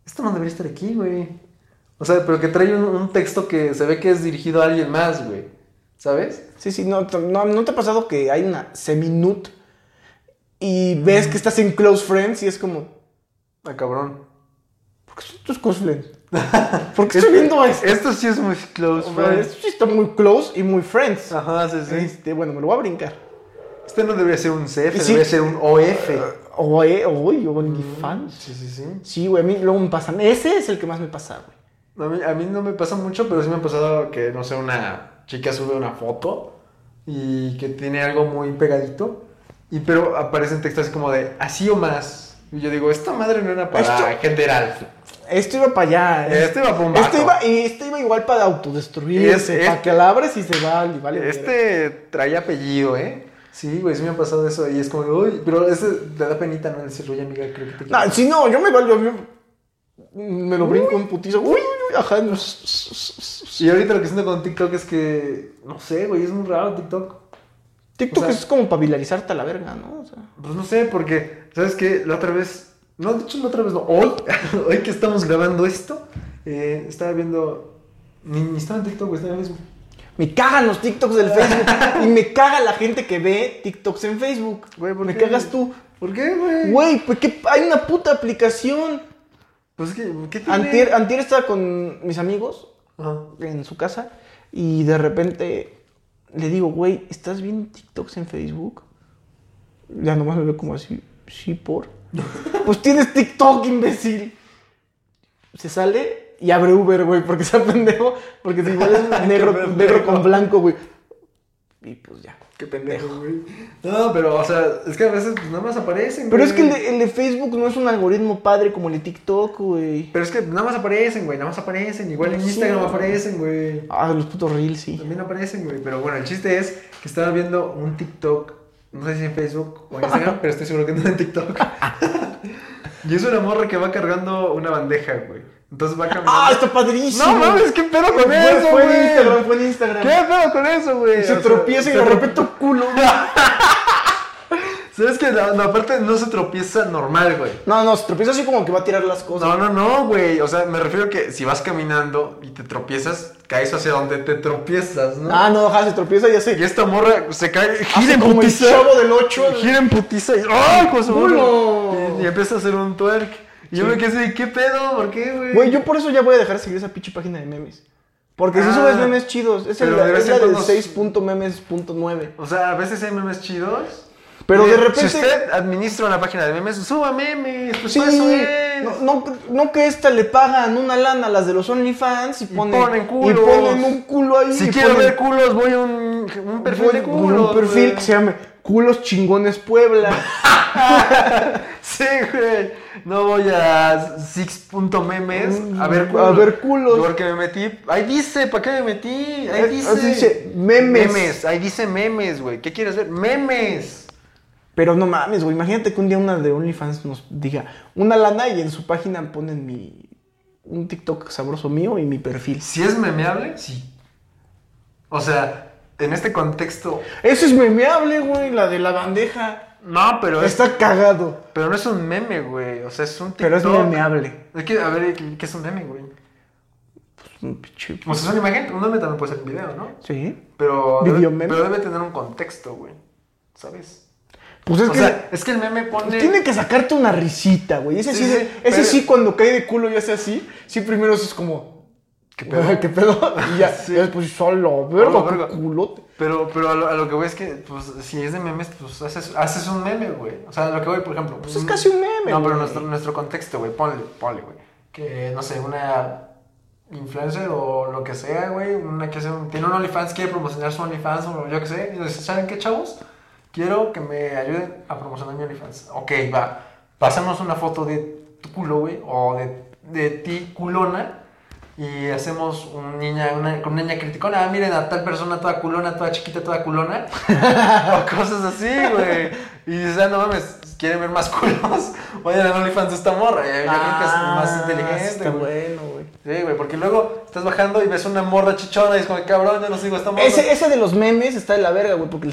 S4: Esto no debería estar aquí, güey. O sea, pero que trae un, un texto que se ve que es dirigido a alguien más, güey. ¿Sabes?
S3: Sí, sí, no, t- no, ¿no te ha pasado que hay una seminut y ves que estás en close friends y es como,
S4: Ah, cabrón.
S3: ¿por qué son tus close friends? ¿Por qué estoy viendo esto?
S4: Este,
S3: Oh,
S4: Esto sí es muy close,
S3: O sea,
S4: friend.
S3: Esto sí está muy close y muy friends.
S4: Ajá, sí, sí.
S3: Este, bueno, me lo voy a brincar.
S4: Este no debería ser un CF,
S3: Y sí.
S4: debería ser un OF.
S3: Oye, oye, OnlyFans.
S4: Sí, sí, sí.
S3: Mm. Sí, güey, a mí luego me pasan. Ese es el que más me pasa, güey.
S4: A mí, a mí no me pasa mucho, pero sí me ha pasado que, no sé, una chica sube una foto y que tiene algo muy pegadito, y pero aparecen textos así como de así o más. Y yo digo, esta madre no era para gente general.
S3: Esto iba para allá. ¿eh?
S4: Este iba pa' un vato.
S3: Este iba, y este iba igual para autodestruirse.
S4: Y es-
S3: para que la abres y se va. Y vale, verga.
S4: Este trae apellido, ¿eh? Sí, güey, sí me ha pasado eso. Y es como, de, uy, pero ese te da penita, ¿no? Decirle, oye, amiga, creo que te quiero".
S3: No, Ah, si no, yo me valgo. me lo brinco en putizo. Uy, uy, ajá. no, s- s- s- s-
S4: Y ahorita lo que siento con TikTok es que, no sé, güey, es muy raro TikTok.
S3: TikTok
S4: O sea-
S3: es como para vilarizarte a la verga, ¿no? O sea,
S4: Pues no sé, porque, ¿sabes qué? La otra vez, no, de hecho la otra vez no, hoy, hoy que estamos grabando esto, eh, estaba viendo, ni, ni estaba en TikTok, güey, estaba en Facebook.
S3: me cagan los TikToks del Facebook. y me caga la gente que ve TikToks en Facebook.
S4: Güey, ¿por
S3: me
S4: qué?
S3: cagas tú.
S4: ¿Por qué, güey?
S3: Güey, pues que hay una puta aplicación.
S4: Pues es que, ¿qué tiene? Ah,
S3: Antier, antier estaba con mis amigos
S4: Ajá.
S3: en su casa y de repente le digo, güey, ¿estás viendo TikToks en Facebook? Ya nomás me ve como así, sí, por. pues tienes TikTok, imbécil. Se sale y abre Uber, güey, porque sea pendejo, porque si igual es negro,
S4: pendejo.
S3: negro con blanco, güey. Y pues ya.
S4: Qué pendejo, güey. No, pero, o sea, es que a veces pues, nada más aparecen,
S3: Pero
S4: güey.
S3: es que el de, el de Facebook no es un algoritmo padre como el de TikTok, güey.
S4: Pero es que nada más aparecen, güey, nada más aparecen. Igual en
S3: Sí,
S4: Instagram
S3: güey.
S4: aparecen, güey.
S3: Ah, los putos reels, sí.
S4: También aparecen, güey. Pero bueno, el chiste es que estaba viendo un TikTok. No sé si en Facebook o en Instagram, pero estoy seguro que no en TikTok. y es una morra que va cargando una bandeja, güey. Entonces va caminando.
S3: ¡Ah, está padrísimo!
S4: No mames, qué pedo con
S3: Fue-
S4: eso,
S3: Fue en
S4: güey.
S3: Instagram, fue en Instagram.
S4: ¿Qué pedo con eso, güey?
S3: Se
S4: O sea,
S3: tropieza y
S4: se
S3: de
S4: tro-
S3: repente tu culo.
S4: ¿Sabes que No, no, aparte no se tropieza normal, güey.
S3: No, no, se tropieza así como que va a tirar las cosas.
S4: No, no, no, güey. O sea, me refiero que si vas caminando y te tropiezas, caes hacia donde te tropiezas, ¿no?
S3: Ah, no, ajá, se tropieza y ya
S4: Y
S3: sé.
S4: esta morra se cae, gira
S3: Hace
S4: en
S3: como el
S4: putiza.
S3: chavo del 8.
S4: Gira en putiza y ¡ay, con su
S3: ¡Culo!
S4: madre! Y, y empieza a hacer un twerk. Y yo me quedé así, de, ¿qué pedo? ¿Por qué, güey?
S3: Güey, yo por eso ya voy a dejar de seguir esa pinche página de memes. Porque si
S4: Ah.
S3: subes memes chidos, es, el-
S4: Pero de vez
S3: es la
S4: en
S3: de
S4: cuando-
S3: 6.memes.9.
S4: O sea, a veces hay memes chidos.
S3: Pero
S4: Y
S3: de repente-
S4: Si usted administra una página de memes, suba memes, pues
S3: Sí,
S4: para eso es.
S3: no, no, no que esta le pagan una lana a las de los OnlyFans y ponen,
S4: ponen culos.
S3: y ponen un culo ahí.
S4: si
S3: y
S4: quiero
S3: ponen-
S4: ver culos, voy a un, un perfil
S3: ponen
S4: de culos.
S3: un perfil
S4: güey.
S3: que se llame Culos Chingones Puebla.
S4: Sí, güey. No voy a six.memes a ver
S3: Mm, a ver culos.
S4: Porque me metí. Ahí dice, ¿para qué me metí? Ahí
S3: Eh,
S4: dice.
S3: así dice, memes.
S4: Memes. Ahí dice memes, güey. ¿Qué quieres ver? Memes.
S3: Pero no mames, güey. Imagínate que un día una de OnlyFans nos diga una lana y en su página ponen mi. un TikTok sabroso mío y mi perfil.
S4: Si es memeable, sí. O sea, en este contexto.
S3: Eso es memeable, güey. La de la bandeja.
S4: No, pero es.
S3: Está cagado.
S4: Pero no es un meme, güey. O sea, es un TikTok.
S3: Pero es memeable.
S4: Es que, a ver, ¿qué- ¿qué es un meme, güey?
S3: Un pinche-
S4: O sea, es una imagen. Un meme también puede ser un video, ¿no?
S3: Sí.
S4: Pero.
S3: Video
S4: Debe,
S3: meme.
S4: pero debe tener un contexto, güey. ¿Sabes?
S3: Pues es
S4: o
S3: que.
S4: sea, es que el meme pone.
S3: tiene que sacarte una risita, güey. Ese sí,
S4: Sí,
S3: de-
S4: sí,
S3: ese
S4: pero-
S3: sí cuando cae de culo y hace así. Sí, primero es como. ¿Qué pedo? ¿Qué pedo? Y ya,
S4: Sí.
S3: ya después, solo,
S4: Solo
S3: verga,
S4: verga.
S3: qué culote.
S4: Pero, pero a, lo, a lo que voy es que, pues, si es de memes, pues haces, haces un meme, güey. O sea, a lo que voy, por ejemplo.
S3: Pues es casi un meme,
S4: No, pero
S3: güey.
S4: nuestro, nuestro contexto, güey. Ponle, ponle, güey. Que, no sé, una influencer o lo que sea, güey. Una que sea un- tiene un OnlyFans, quiere promocionar su OnlyFans o yo qué sé. Y dice, ¿saben qué, chavos? Quiero que me ayuden a promocionar mi OnlyFans. Ok, va. Pasamos una foto de tu culo, güey. O de, de ti, culona. Y hacemos un niña, una, con una niña criticona. Ah, miren a tal persona toda culona, toda chiquita, toda culona. o cosas así, güey. Y dices, ah, no mames, quieren ver más culos. Vayan a OnlyFans de esta morra. Eh, Yo
S3: Ah,
S4: creo que es más
S3: Está
S4: inteligente, güey.
S3: bueno, güey.
S4: Sí, güey, porque luego estás bajando y ves una morra chichona y es como, cabrón, ya no sigo a esta morra.
S3: Ese, ese de los memes está de la verga, güey, porque el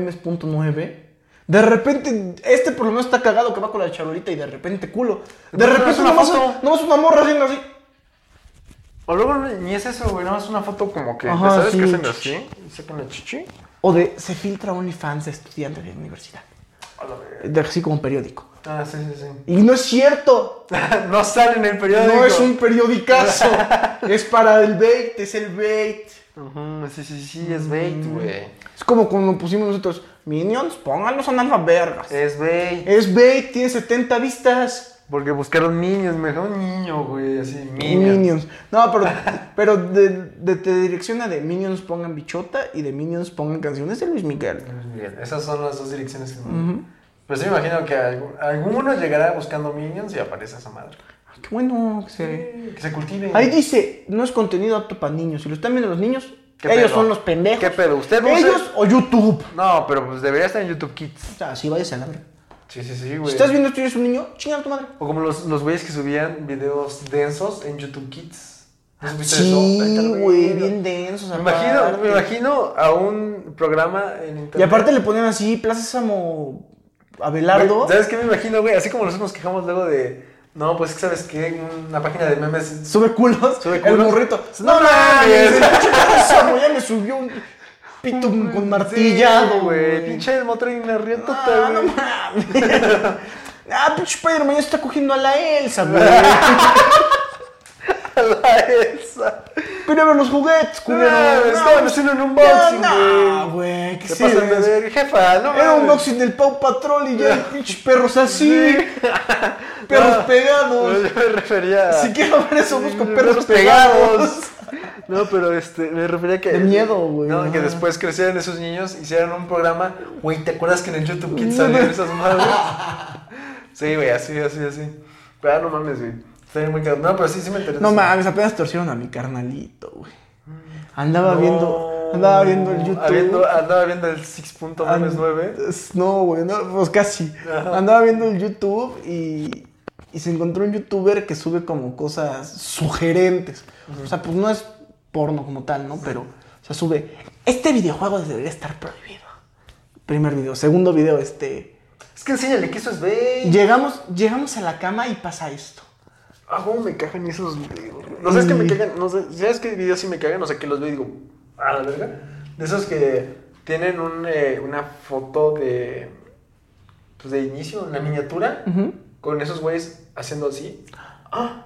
S3: 6.memes.9. De repente, este por lo menos está cagado que va con la charolita y de repente culo. De
S4: Pero no Pues, es
S3: repente
S4: una
S3: nomás,
S4: foto.
S3: nomás una morra haciendo así.
S4: O luego ni es eso, güey, nada más una foto como que,
S3: Ajá,
S4: ¿sabes
S3: sí.
S4: qué hacen así? Y sacan la chichi.
S3: O de se filtra OnlyFans de estudiantes de universidad.
S4: A la verga.
S3: De, así como periódico.
S4: Ah, sí, sí, sí.
S3: Y no es cierto.
S4: no sale en el periódico.
S3: No es un periodicazo. es para el bait, es el bait.
S4: Ujú, sí, sí, sí, es bait,
S3: Mm.
S4: güey.
S3: Es como cuando pusimos nosotros, Minions, pónganlos a vergas.
S4: Es bait.
S3: Es bait, tiene 70 vistas.
S4: Porque buscaron niños, mejor un niño, güey, así,
S3: Minions.
S4: niños.
S3: No, pero, pero de, de- te direcciona de Minions pongan bichota y de Minions pongan canciones de Luis Miguel.
S4: Bien, esas son las dos direcciones que... Pero sí me imagino que algu- alguno llegará buscando minions y aparece esa madre.
S3: Ah, Qué bueno que se...
S4: Que se cultive.
S3: Ahí dice, no es contenido apto para niños. Si lo están viendo los niños,
S4: ¿Qué
S3: ellos
S4: pedo?
S3: son los pendejos.
S4: ¿Qué pedo? ¿Usted no
S3: ¿Ellos o YouTube?
S4: No, pero pues debería estar en YouTube Kids.
S3: O sea, sí, vayas a la verga.
S4: Sí, sí, sí, güey.
S3: Si estás viendo esto y eres un niño, chinga a tu madre.
S4: O como los, los güeyes que subían videos densos en YouTube Kids. ¿No supiste eso? Ahí
S3: Sí,
S4: está,
S3: güey, bien densos.
S4: Me imagino,
S3: aparte.
S4: me imagino a un programa en internet.
S3: Y aparte le ponían así, Plaza Samo Abelardo.
S4: Güey, ¿Sabes qué me imagino, güey? Así como nosotros nos quejamos luego de. No, pues que sabes qué, una página de memes.
S3: Sube culos.
S4: Sube
S3: El
S4: culos.
S3: morrito.
S4: No
S3: No mames.
S4: mames.
S3: el pinche Samo ya me subió un pito con martillado,
S4: Sí,
S3: güey.
S4: Pinche motor y una riatota,
S3: Ah, no
S4: güey.
S3: mames. Ah, pinche Spider-Man ya está cogiendo a la Elsa, güey.
S4: la Elsa.
S3: Pero a ver los juguetes,
S4: No,
S3: culero.
S4: estaban haciendo un unboxing,
S3: No,
S4: güey.
S3: güey. ¿Qué
S4: ¿Qué
S3: sí,
S4: pasa,
S3: güey?
S4: bebé? Jefa, no
S3: Era un
S4: mames.
S3: boxing del Pau Patrol y ya el pinche perros así. Perros
S4: No. No,
S3: pegados.
S4: yo me refería a...
S3: Si quiero ver eso, busco perros pegados.
S4: No, pero este, me refería que...
S3: De miedo, güey. Ah.
S4: No, que
S3: Ajá.
S4: después crecieran esos niños, hicieran un programa. Güey, ¿te acuerdas que en el YouTube Kids salían esas madres? Sí, güey, así, así, así. Pero ah, no mames, güey. Estaría muy caro. No, pero sí, sí me interesa.
S3: No mames, apenas torcieron a mi carnalito, güey. Andaba
S4: No.
S3: viendo, andaba viendo el YouTube.
S4: Habiendo- andaba viendo el 6.9.
S3: Es- No, güey, no, pues casi.
S4: Ajá.
S3: Andaba viendo el YouTube y, y se encontró un youtuber que sube como cosas sugerentes. O sea, pues no es porno como tal, ¿no? Pero, o sea, sube. Este videojuego debería estar prohibido. Primer video. Segundo video, este.
S4: Es que enséñale que eso es bait.
S3: Llegamos, llegamos a la cama y pasa esto.
S4: Ah, cómo me cagan esos videos. No sé, es que me cagan. No sé, ¿sabes qué videos sí me cagan? O sea, que los veo y digo, a la verga. De esos que tienen un, eh, una foto de. Pues de inicio, una miniatura.
S3: Ujú.
S4: Con esos güeyes haciendo así. Ah.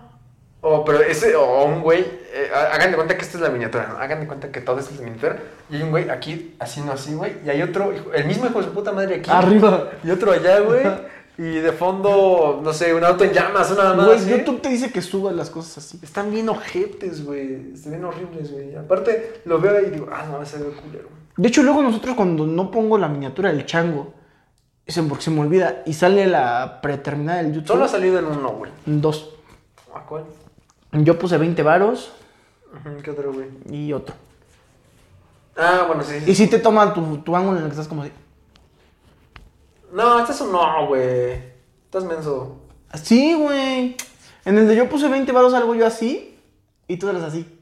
S4: O, pero ese, o un güey. eh, ha- hagan de cuenta que esta es la miniatura. ¿no? Hagan de cuenta que todo esto es la miniatura. Y hay un güey aquí haciendo así, güey. Y hay otro, hijo- el mismo hijo de su puta madre aquí.
S3: Arriba.
S4: Y otro allá, güey. Y de fondo, no sé, un auto en llamas, una mamada
S3: Güey,
S4: así.
S3: YouTube te dice que subas las cosas así.
S4: Están bien ojetes, güey. Están bien horribles, güey. Aparte, lo veo ahí y digo, ah, no, ese ve culero.
S3: De hecho, luego nosotros cuando no pongo la miniatura del chango, es porque se me olvida y sale la preterminada del YouTube.
S4: Solo ha salido en uno, güey.
S3: Dos.
S4: ¿A cuál?
S3: Yo puse 20 varos
S4: Ujú, ¿Qué otro, güey?
S3: y otro.
S4: Ah, bueno, sí. sí.
S3: Y si te toman tu, tu ángulo en el que estás como así.
S4: No, este es un no, güey. Estás menso.
S3: Así, güey. En el de yo puse 20 varos algo yo así y tú eres así.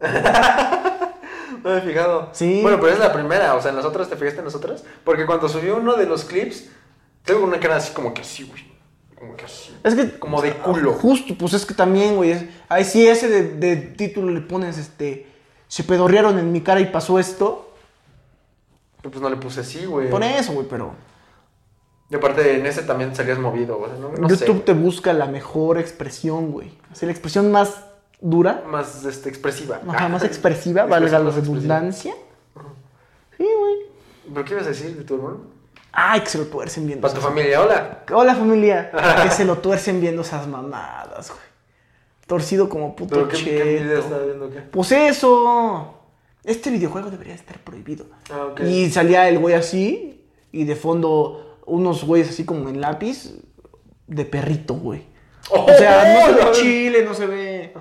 S4: No me he fijado.
S3: Sí.
S4: Bueno, pero es la primera. O sea, en las otras, ¿te fijaste en las otras? Porque cuando subí uno de los clips, tengo una cara así como que así, güey. Como que así.
S3: Es que...
S4: Como de culo.
S3: Justo, pues es que también, güey. es- Ahí sí ese de, de título le pones este... Se pedorrearon en mi cara y pasó esto.
S4: Pero Pues no le puse así, güey.
S3: Pon e- eso, güey, pero...
S4: Y aparte, en ese también salías movido, güey. No, no sé.
S3: YouTube te busca la mejor expresión, güey. Así la expresión más dura,
S4: Más este, expresiva.
S3: ajá, más expresiva, valga la
S4: más expresiva.
S3: redundancia. Sí, güey.
S4: ¿Pero qué ibas a decir de tu hermano?
S3: Ay, que se lo tuercen viendo.
S4: Para tu
S3: esas-
S4: familia, hola.
S3: Hola familia, que se lo tuercen viendo esas mamadas, güey. Torcido como puto
S4: ¿Pero qué, qué video
S3: cheto.
S4: estaba viendo? ¿Qué?
S3: Pues eso. Este videojuego debería estar prohibido.
S4: Ah, ok.
S3: Y salía el güey así, y de fondo unos güeyes así como en lápiz, de perrito, güey.
S4: Oh,
S3: o sea, no se
S4: la
S3: ve
S4: ver-
S3: chile, no se ve.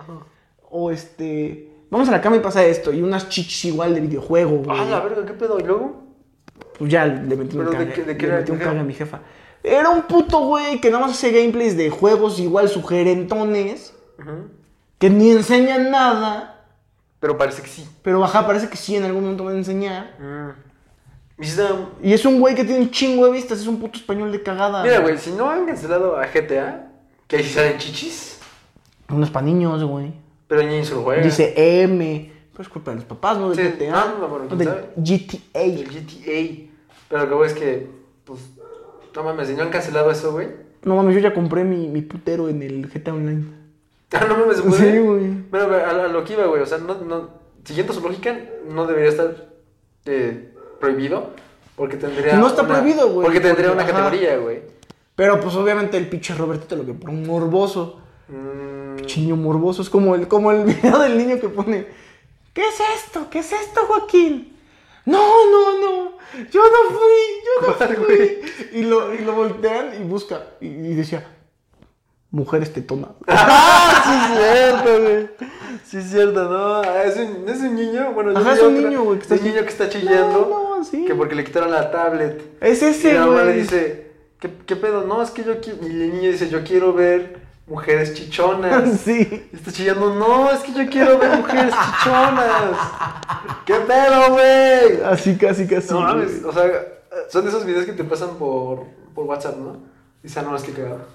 S3: O este. Vamos a la cama y pasa esto, y unas chichis igual de videojuego, güey.
S4: Ah, la verga, ¿qué pedo? ¿Y luego?
S3: Pues ya le metí un
S4: ¿Pero de
S3: cague.
S4: qué- de qué
S3: le
S4: era
S3: metí
S4: tu
S3: un
S4: jefa?
S3: cague a mi jefa. Era un puto güey que nada más hace gameplays de juegos igual sugerentones,
S4: Ujú.
S3: que ni enseñan nada,
S4: Pero parece que sí.
S3: pero ajá, parece que sí en algún momento van a enseñar.
S4: Y si da-
S3: Y es un güey que tiene un chingo de vistas, es un puto español de cagada.
S4: Mira, güey, si no han cancelado a GTA, que ahí sí salen chichis,
S3: Unos pa' niños, güey.
S4: pero ni se lo juega.
S3: Dice "Ah, M. Pues culpa de los papás, ¿no?
S4: Sí, Ah,
S3: Del GTA.
S4: no, no, bueno,
S3: no,
S4: quién
S3: del
S4: sabe. El
S3: GTA.
S4: GTA. Pero lo que voy es que, pues, no mames, si no han cancelado eso, güey.
S3: No mames, yo ya compré mi, mi putero en el GTA Online.
S4: Ah, no mames, güey.
S3: Sí, güey.
S4: Bueno, pero a, a lo que iba, güey, o sea, no, no, siguiendo su lógica, no debería estar eh, prohibido, porque tendría.
S3: No está prohibido, güey,
S4: Porque tendría
S3: porque,
S4: una
S3: ajá.
S4: categoría, güey.
S3: Pero pues obviamente el pinche Roberto te lo que por un morboso.
S4: Mm,
S3: Chiño morboso, es como el, como el video del niño que pone, ¿qué es esto? ¿Qué es esto, Joaquín? No, no, no, yo no fui,
S4: ¿Cuál,
S3: yo no
S4: güey?
S3: fui. Y lo, y lo voltean y busca, y, y decía, mujeres tetonas.
S4: ¡Ah! Sí, es cierto, güey. Sí, es cierto, no. Ah, Es un, es un niño, bueno, yo
S3: Ajá,
S4: vi
S3: es un
S4: otra,
S3: niño, güey, que
S4: es
S3: está
S4: un niño que está chillando.
S3: No, no, sí.
S4: Que porque le quitaron la tablet.
S3: Es
S4: y
S3: ese,
S4: la mamá le
S3: güey.
S4: dice, ¿qué, qué pedo? No, es que yo quiero. Y el niño dice, yo quiero ver mujeres chichonas.
S3: Sí.
S4: Y Está chillando, no, es que yo quiero ver mujeres chichonas. ¿Qué pedo, güey?
S3: Así, casi, casi.
S4: No
S3: Ah, güey.
S4: mames, o sea, son de esos videos que te pasan por, por WhatsApp, ¿no? Y dicen, no, es que cagado.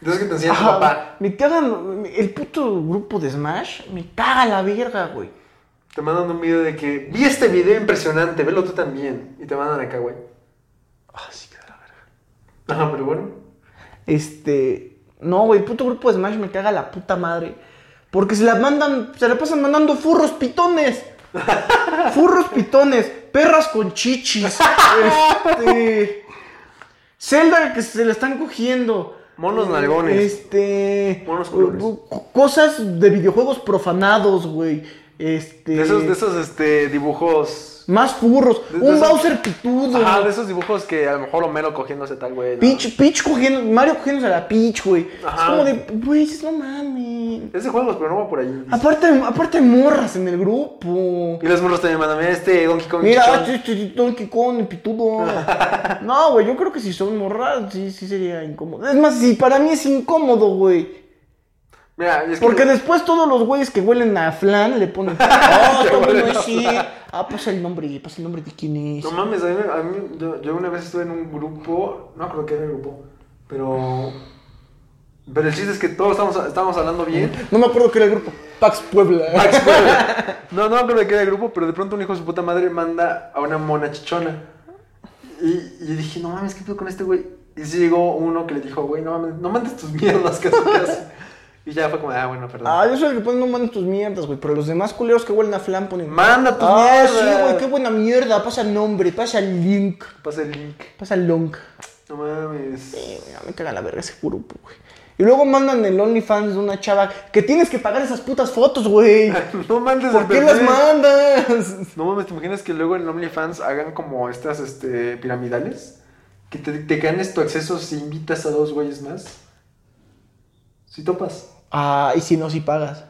S4: De esos que te enseña tu
S3: Ajá,
S4: papá.
S3: Me cagan, el puto grupo de Smash me caga la verga, güey.
S4: Te mandan un video de que vi este video impresionante, velo tú también. Y te mandan acá, güey.
S3: Ah, sí, que de la verga.
S4: Ajá, pero bueno.
S3: Este. No, güey, el puto grupo de Smash me caga la puta madre. Porque se la mandan, se la pasan mandando furros pitones. Furros pitones, perras con chichis. Este. Zelda que se la están cogiendo.
S4: Monos nalgones.
S3: Este.
S4: Monos culones.
S3: co- co- Cosas de videojuegos profanados, güey. Este.
S4: De esos, de esos este, dibujos.
S3: Más furros.
S4: de- de
S3: Un
S4: esos-
S3: Bowser pitudo.
S4: Ajá, de esos dibujos que a lo mejor Homero cogiéndose tal, güey. ¿no?
S3: Peach, Peach cogiendo, Mario cogiéndose a la Peach, güey. Es
S4: Ajá.
S3: como de, güey, no mames.
S4: Es de juegos, pero no va por ahí.
S3: Aparte, aparte hay morras en el grupo.
S4: Y los morros también mandan, mira este Donkey Kong.
S3: Mira,
S4: chichón".
S3: este, este, este Donkey Kong, el pitudo. No, güey, yo creo que si son morras, sí, sí sería incómodo. Es más, si para mí es incómodo, güey.
S4: Mira, es que.
S3: Porque después todos los güeyes que huelen a flan le ponen, oh, está bueno ese". Ah, pues el nombre, pues el nombre de quién es.
S4: No mames, a mí, a mí- yo, yo una vez estuve en un grupo, no creo que era el grupo, pero. Pero el chiste es que todos estamos, estamos hablando bien.
S3: No me acuerdo que era el grupo. Pax Puebla.
S4: Max Weber. No, no creo que quede el grupo, pero de pronto un hijo de su puta madre manda a una mona chichona. Y, y yo dije, no mames, ¿qué pedo con este güey? Y sí llegó uno que le dijo, güey, no mames, no mandes tus mierdas casi casi. Y ya fue como, ah, bueno, perdón.
S3: Ah, yo soy el que pone no mandan tus mierdas, güey. Pero los demás culeros que huelen a flan ponen.
S4: Manda tus
S3: Ah,
S4: mierdas.
S3: sí, güey, qué buena mierda. Pasa el nombre, pasa el link,
S4: Pasa el link.
S3: pasa el long.
S4: No mames.
S3: Eh, güey, me caga la verga ese grupo, güey. Y luego mandan el OnlyFans de una chava que tienes que pagar esas putas fotos, güey.
S4: No mandes
S3: ¿Por
S4: el
S3: qué las
S4: perfil.
S3: mandas?
S4: No mames, ¿te imaginas que luego en OnlyFans hagan como estas este, piramidales? Que te, te ganes tu acceso si invitas a dos güeyes más. Si topas.
S3: Ah, y si no, si pagas.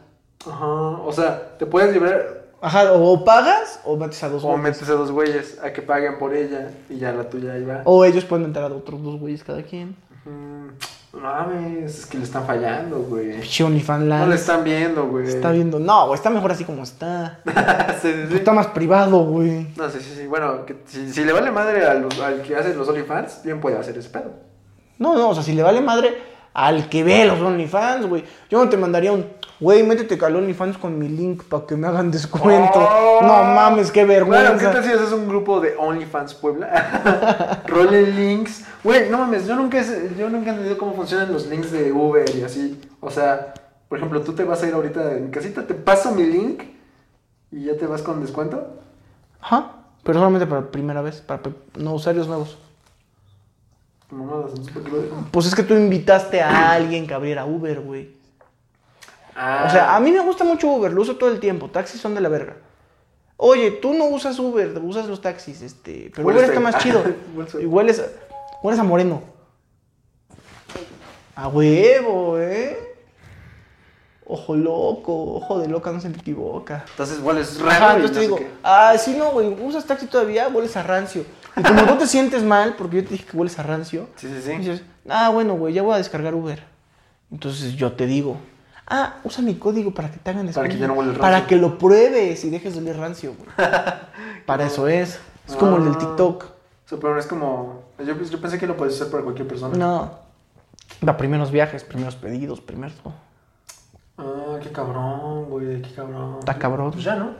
S4: Ajá. O sea, te puedes liberar
S3: Ajá, o pagas o metes a dos
S4: O
S3: güeyes.
S4: metes a dos güeyes a que paguen por ella y ya la tuya ahí va.
S3: O ellos pueden entrar a otros dos güeyes cada quien.
S4: Mm, no mames, es que le están fallando, güey.
S3: Pinche OnlyFans
S4: No le
S3: Land.
S4: están viendo, güey.
S3: Está viendo. No, güey, está mejor así como está.
S4: Sí, sí, sí.
S3: Está más privado, güey.
S4: No, sí, sí, sí. Bueno, que si, si le vale madre a los- al que hace los OnlyFans, bien puede hacer ese pedo.
S3: No, no, o sea, si le vale madre al que ve los OnlyFans, güey. Yo no te mandaría un, güey, métete al OnlyFans con mi link para que me hagan descuento.
S4: ¡Oh!
S3: No mames, qué vergüenza.
S4: Bueno, ¿qué tal si haces un grupo de OnlyFans Puebla? Rolen links. Güey, no mames, yo nunca, he- yo nunca he entendido cómo funcionan los links de Uber y así. O sea, Por ejemplo, tú te vas a ir ahorita de mi casita, te paso mi link y ya te vas con descuento.
S3: Ajá. Pero solamente para primera vez, para pe- no usuarios nuevos.
S4: Mamadas, entonces, ¿por qué lo dejo?
S3: Pues es que tú invitaste a alguien que abriera Uber, güey. O sea, a mí me gusta mucho Uber, lo uso todo el tiempo. Taxis son de la verga. Oye, tú no usas Uber, usas los taxis, este. Pero
S4: Hueles
S3: Uber está
S4: feo.
S3: más chido.
S4: Hueles feo.
S3: Igual es. Hueles a Moreno. A huevo, eh. Ojo loco, ojo de loca, no se le equivoca.
S4: Ah, entonces, igual es raro.
S3: Ajá,
S4: y
S3: entonces
S4: no
S3: te
S4: sé
S3: digo,
S4: qué.
S3: ah, sí, no, güey, usas taxi todavía, hueles a rancio. Y como tú te sientes mal, porque yo te dije que hueles a rancio,
S4: Sí, sí, sí.
S3: dices, ah, bueno, güey, ya voy a descargar Uber. Entonces yo te digo, ah, usa mi código para que te hagan
S4: Para que
S3: descuento.
S4: ya no hueles
S3: Para
S4: rancio.
S3: que lo pruebes y dejes de oler rancio, güey. para eso es. Es como el del
S4: Ah.
S3: TikTok.
S4: O sea, pero no es como. Yo, yo pensé que lo podías hacer para cualquier persona.
S3: No. Da primeros viajes, primeros pedidos, primeros.
S4: Ah, qué cabrón, güey, qué cabrón.
S3: Está cabrón.
S4: Pues ya no,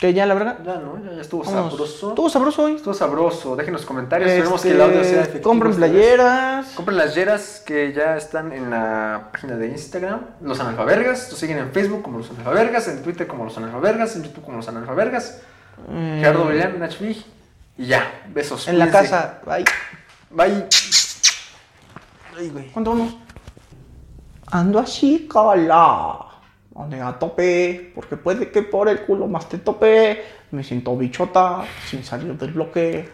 S3: ¿Qué, ya, la verdad?
S4: ya no, ya, ya estuvo
S3: Vámonos.
S4: sabroso.
S3: Estuvo sabroso hoy.
S4: Estuvo sabroso. Déjenos comentarios. Esperemos
S3: Este,
S4: que el audio sea efectivo.
S3: Compren
S4: esta vez.
S3: playeras.
S4: Compren las yeras que ya están en la página de Instagram, Los Analfabergas. Nos siguen en Facebook como Los Analfabergas, en Twitter como Los Analfabergas, en YouTube como Los Analfabergas.
S3: eh,
S4: Gerardo Bellán, Nach Vig. Y ya, besos.
S3: En la
S4: cuídense.
S3: casa. Bye.
S4: Bye.
S3: ¿Cuánto vamos? Ando así, cala. Ande a tope, porque puede que por el culo más te tope. Me siento bichota, sin salir del bloque.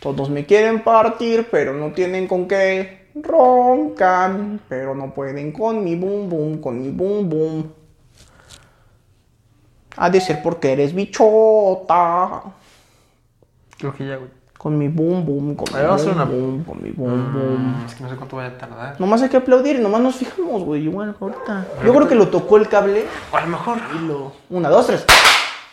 S3: Todos me quieren partir, pero no tienen con qué. Roncan, pero no pueden con mi boom boom, con mi boom boom. Ha de ser porque eres bichota.
S4: Creo que ya, güey.
S3: Con mi boom boom, con mi
S4: A ver, vamos a hacer
S3: boom
S4: una-
S3: boom, con mi boom boom.
S4: Mm, Es que no sé cuánto vaya a tardar.
S3: Nomás hay que aplaudir y nomás nos fijamos, güey. Igual ahorita. Yo creo que lo tocó el cable
S4: O a lo mejor.
S3: y lo. Una, dos, tres.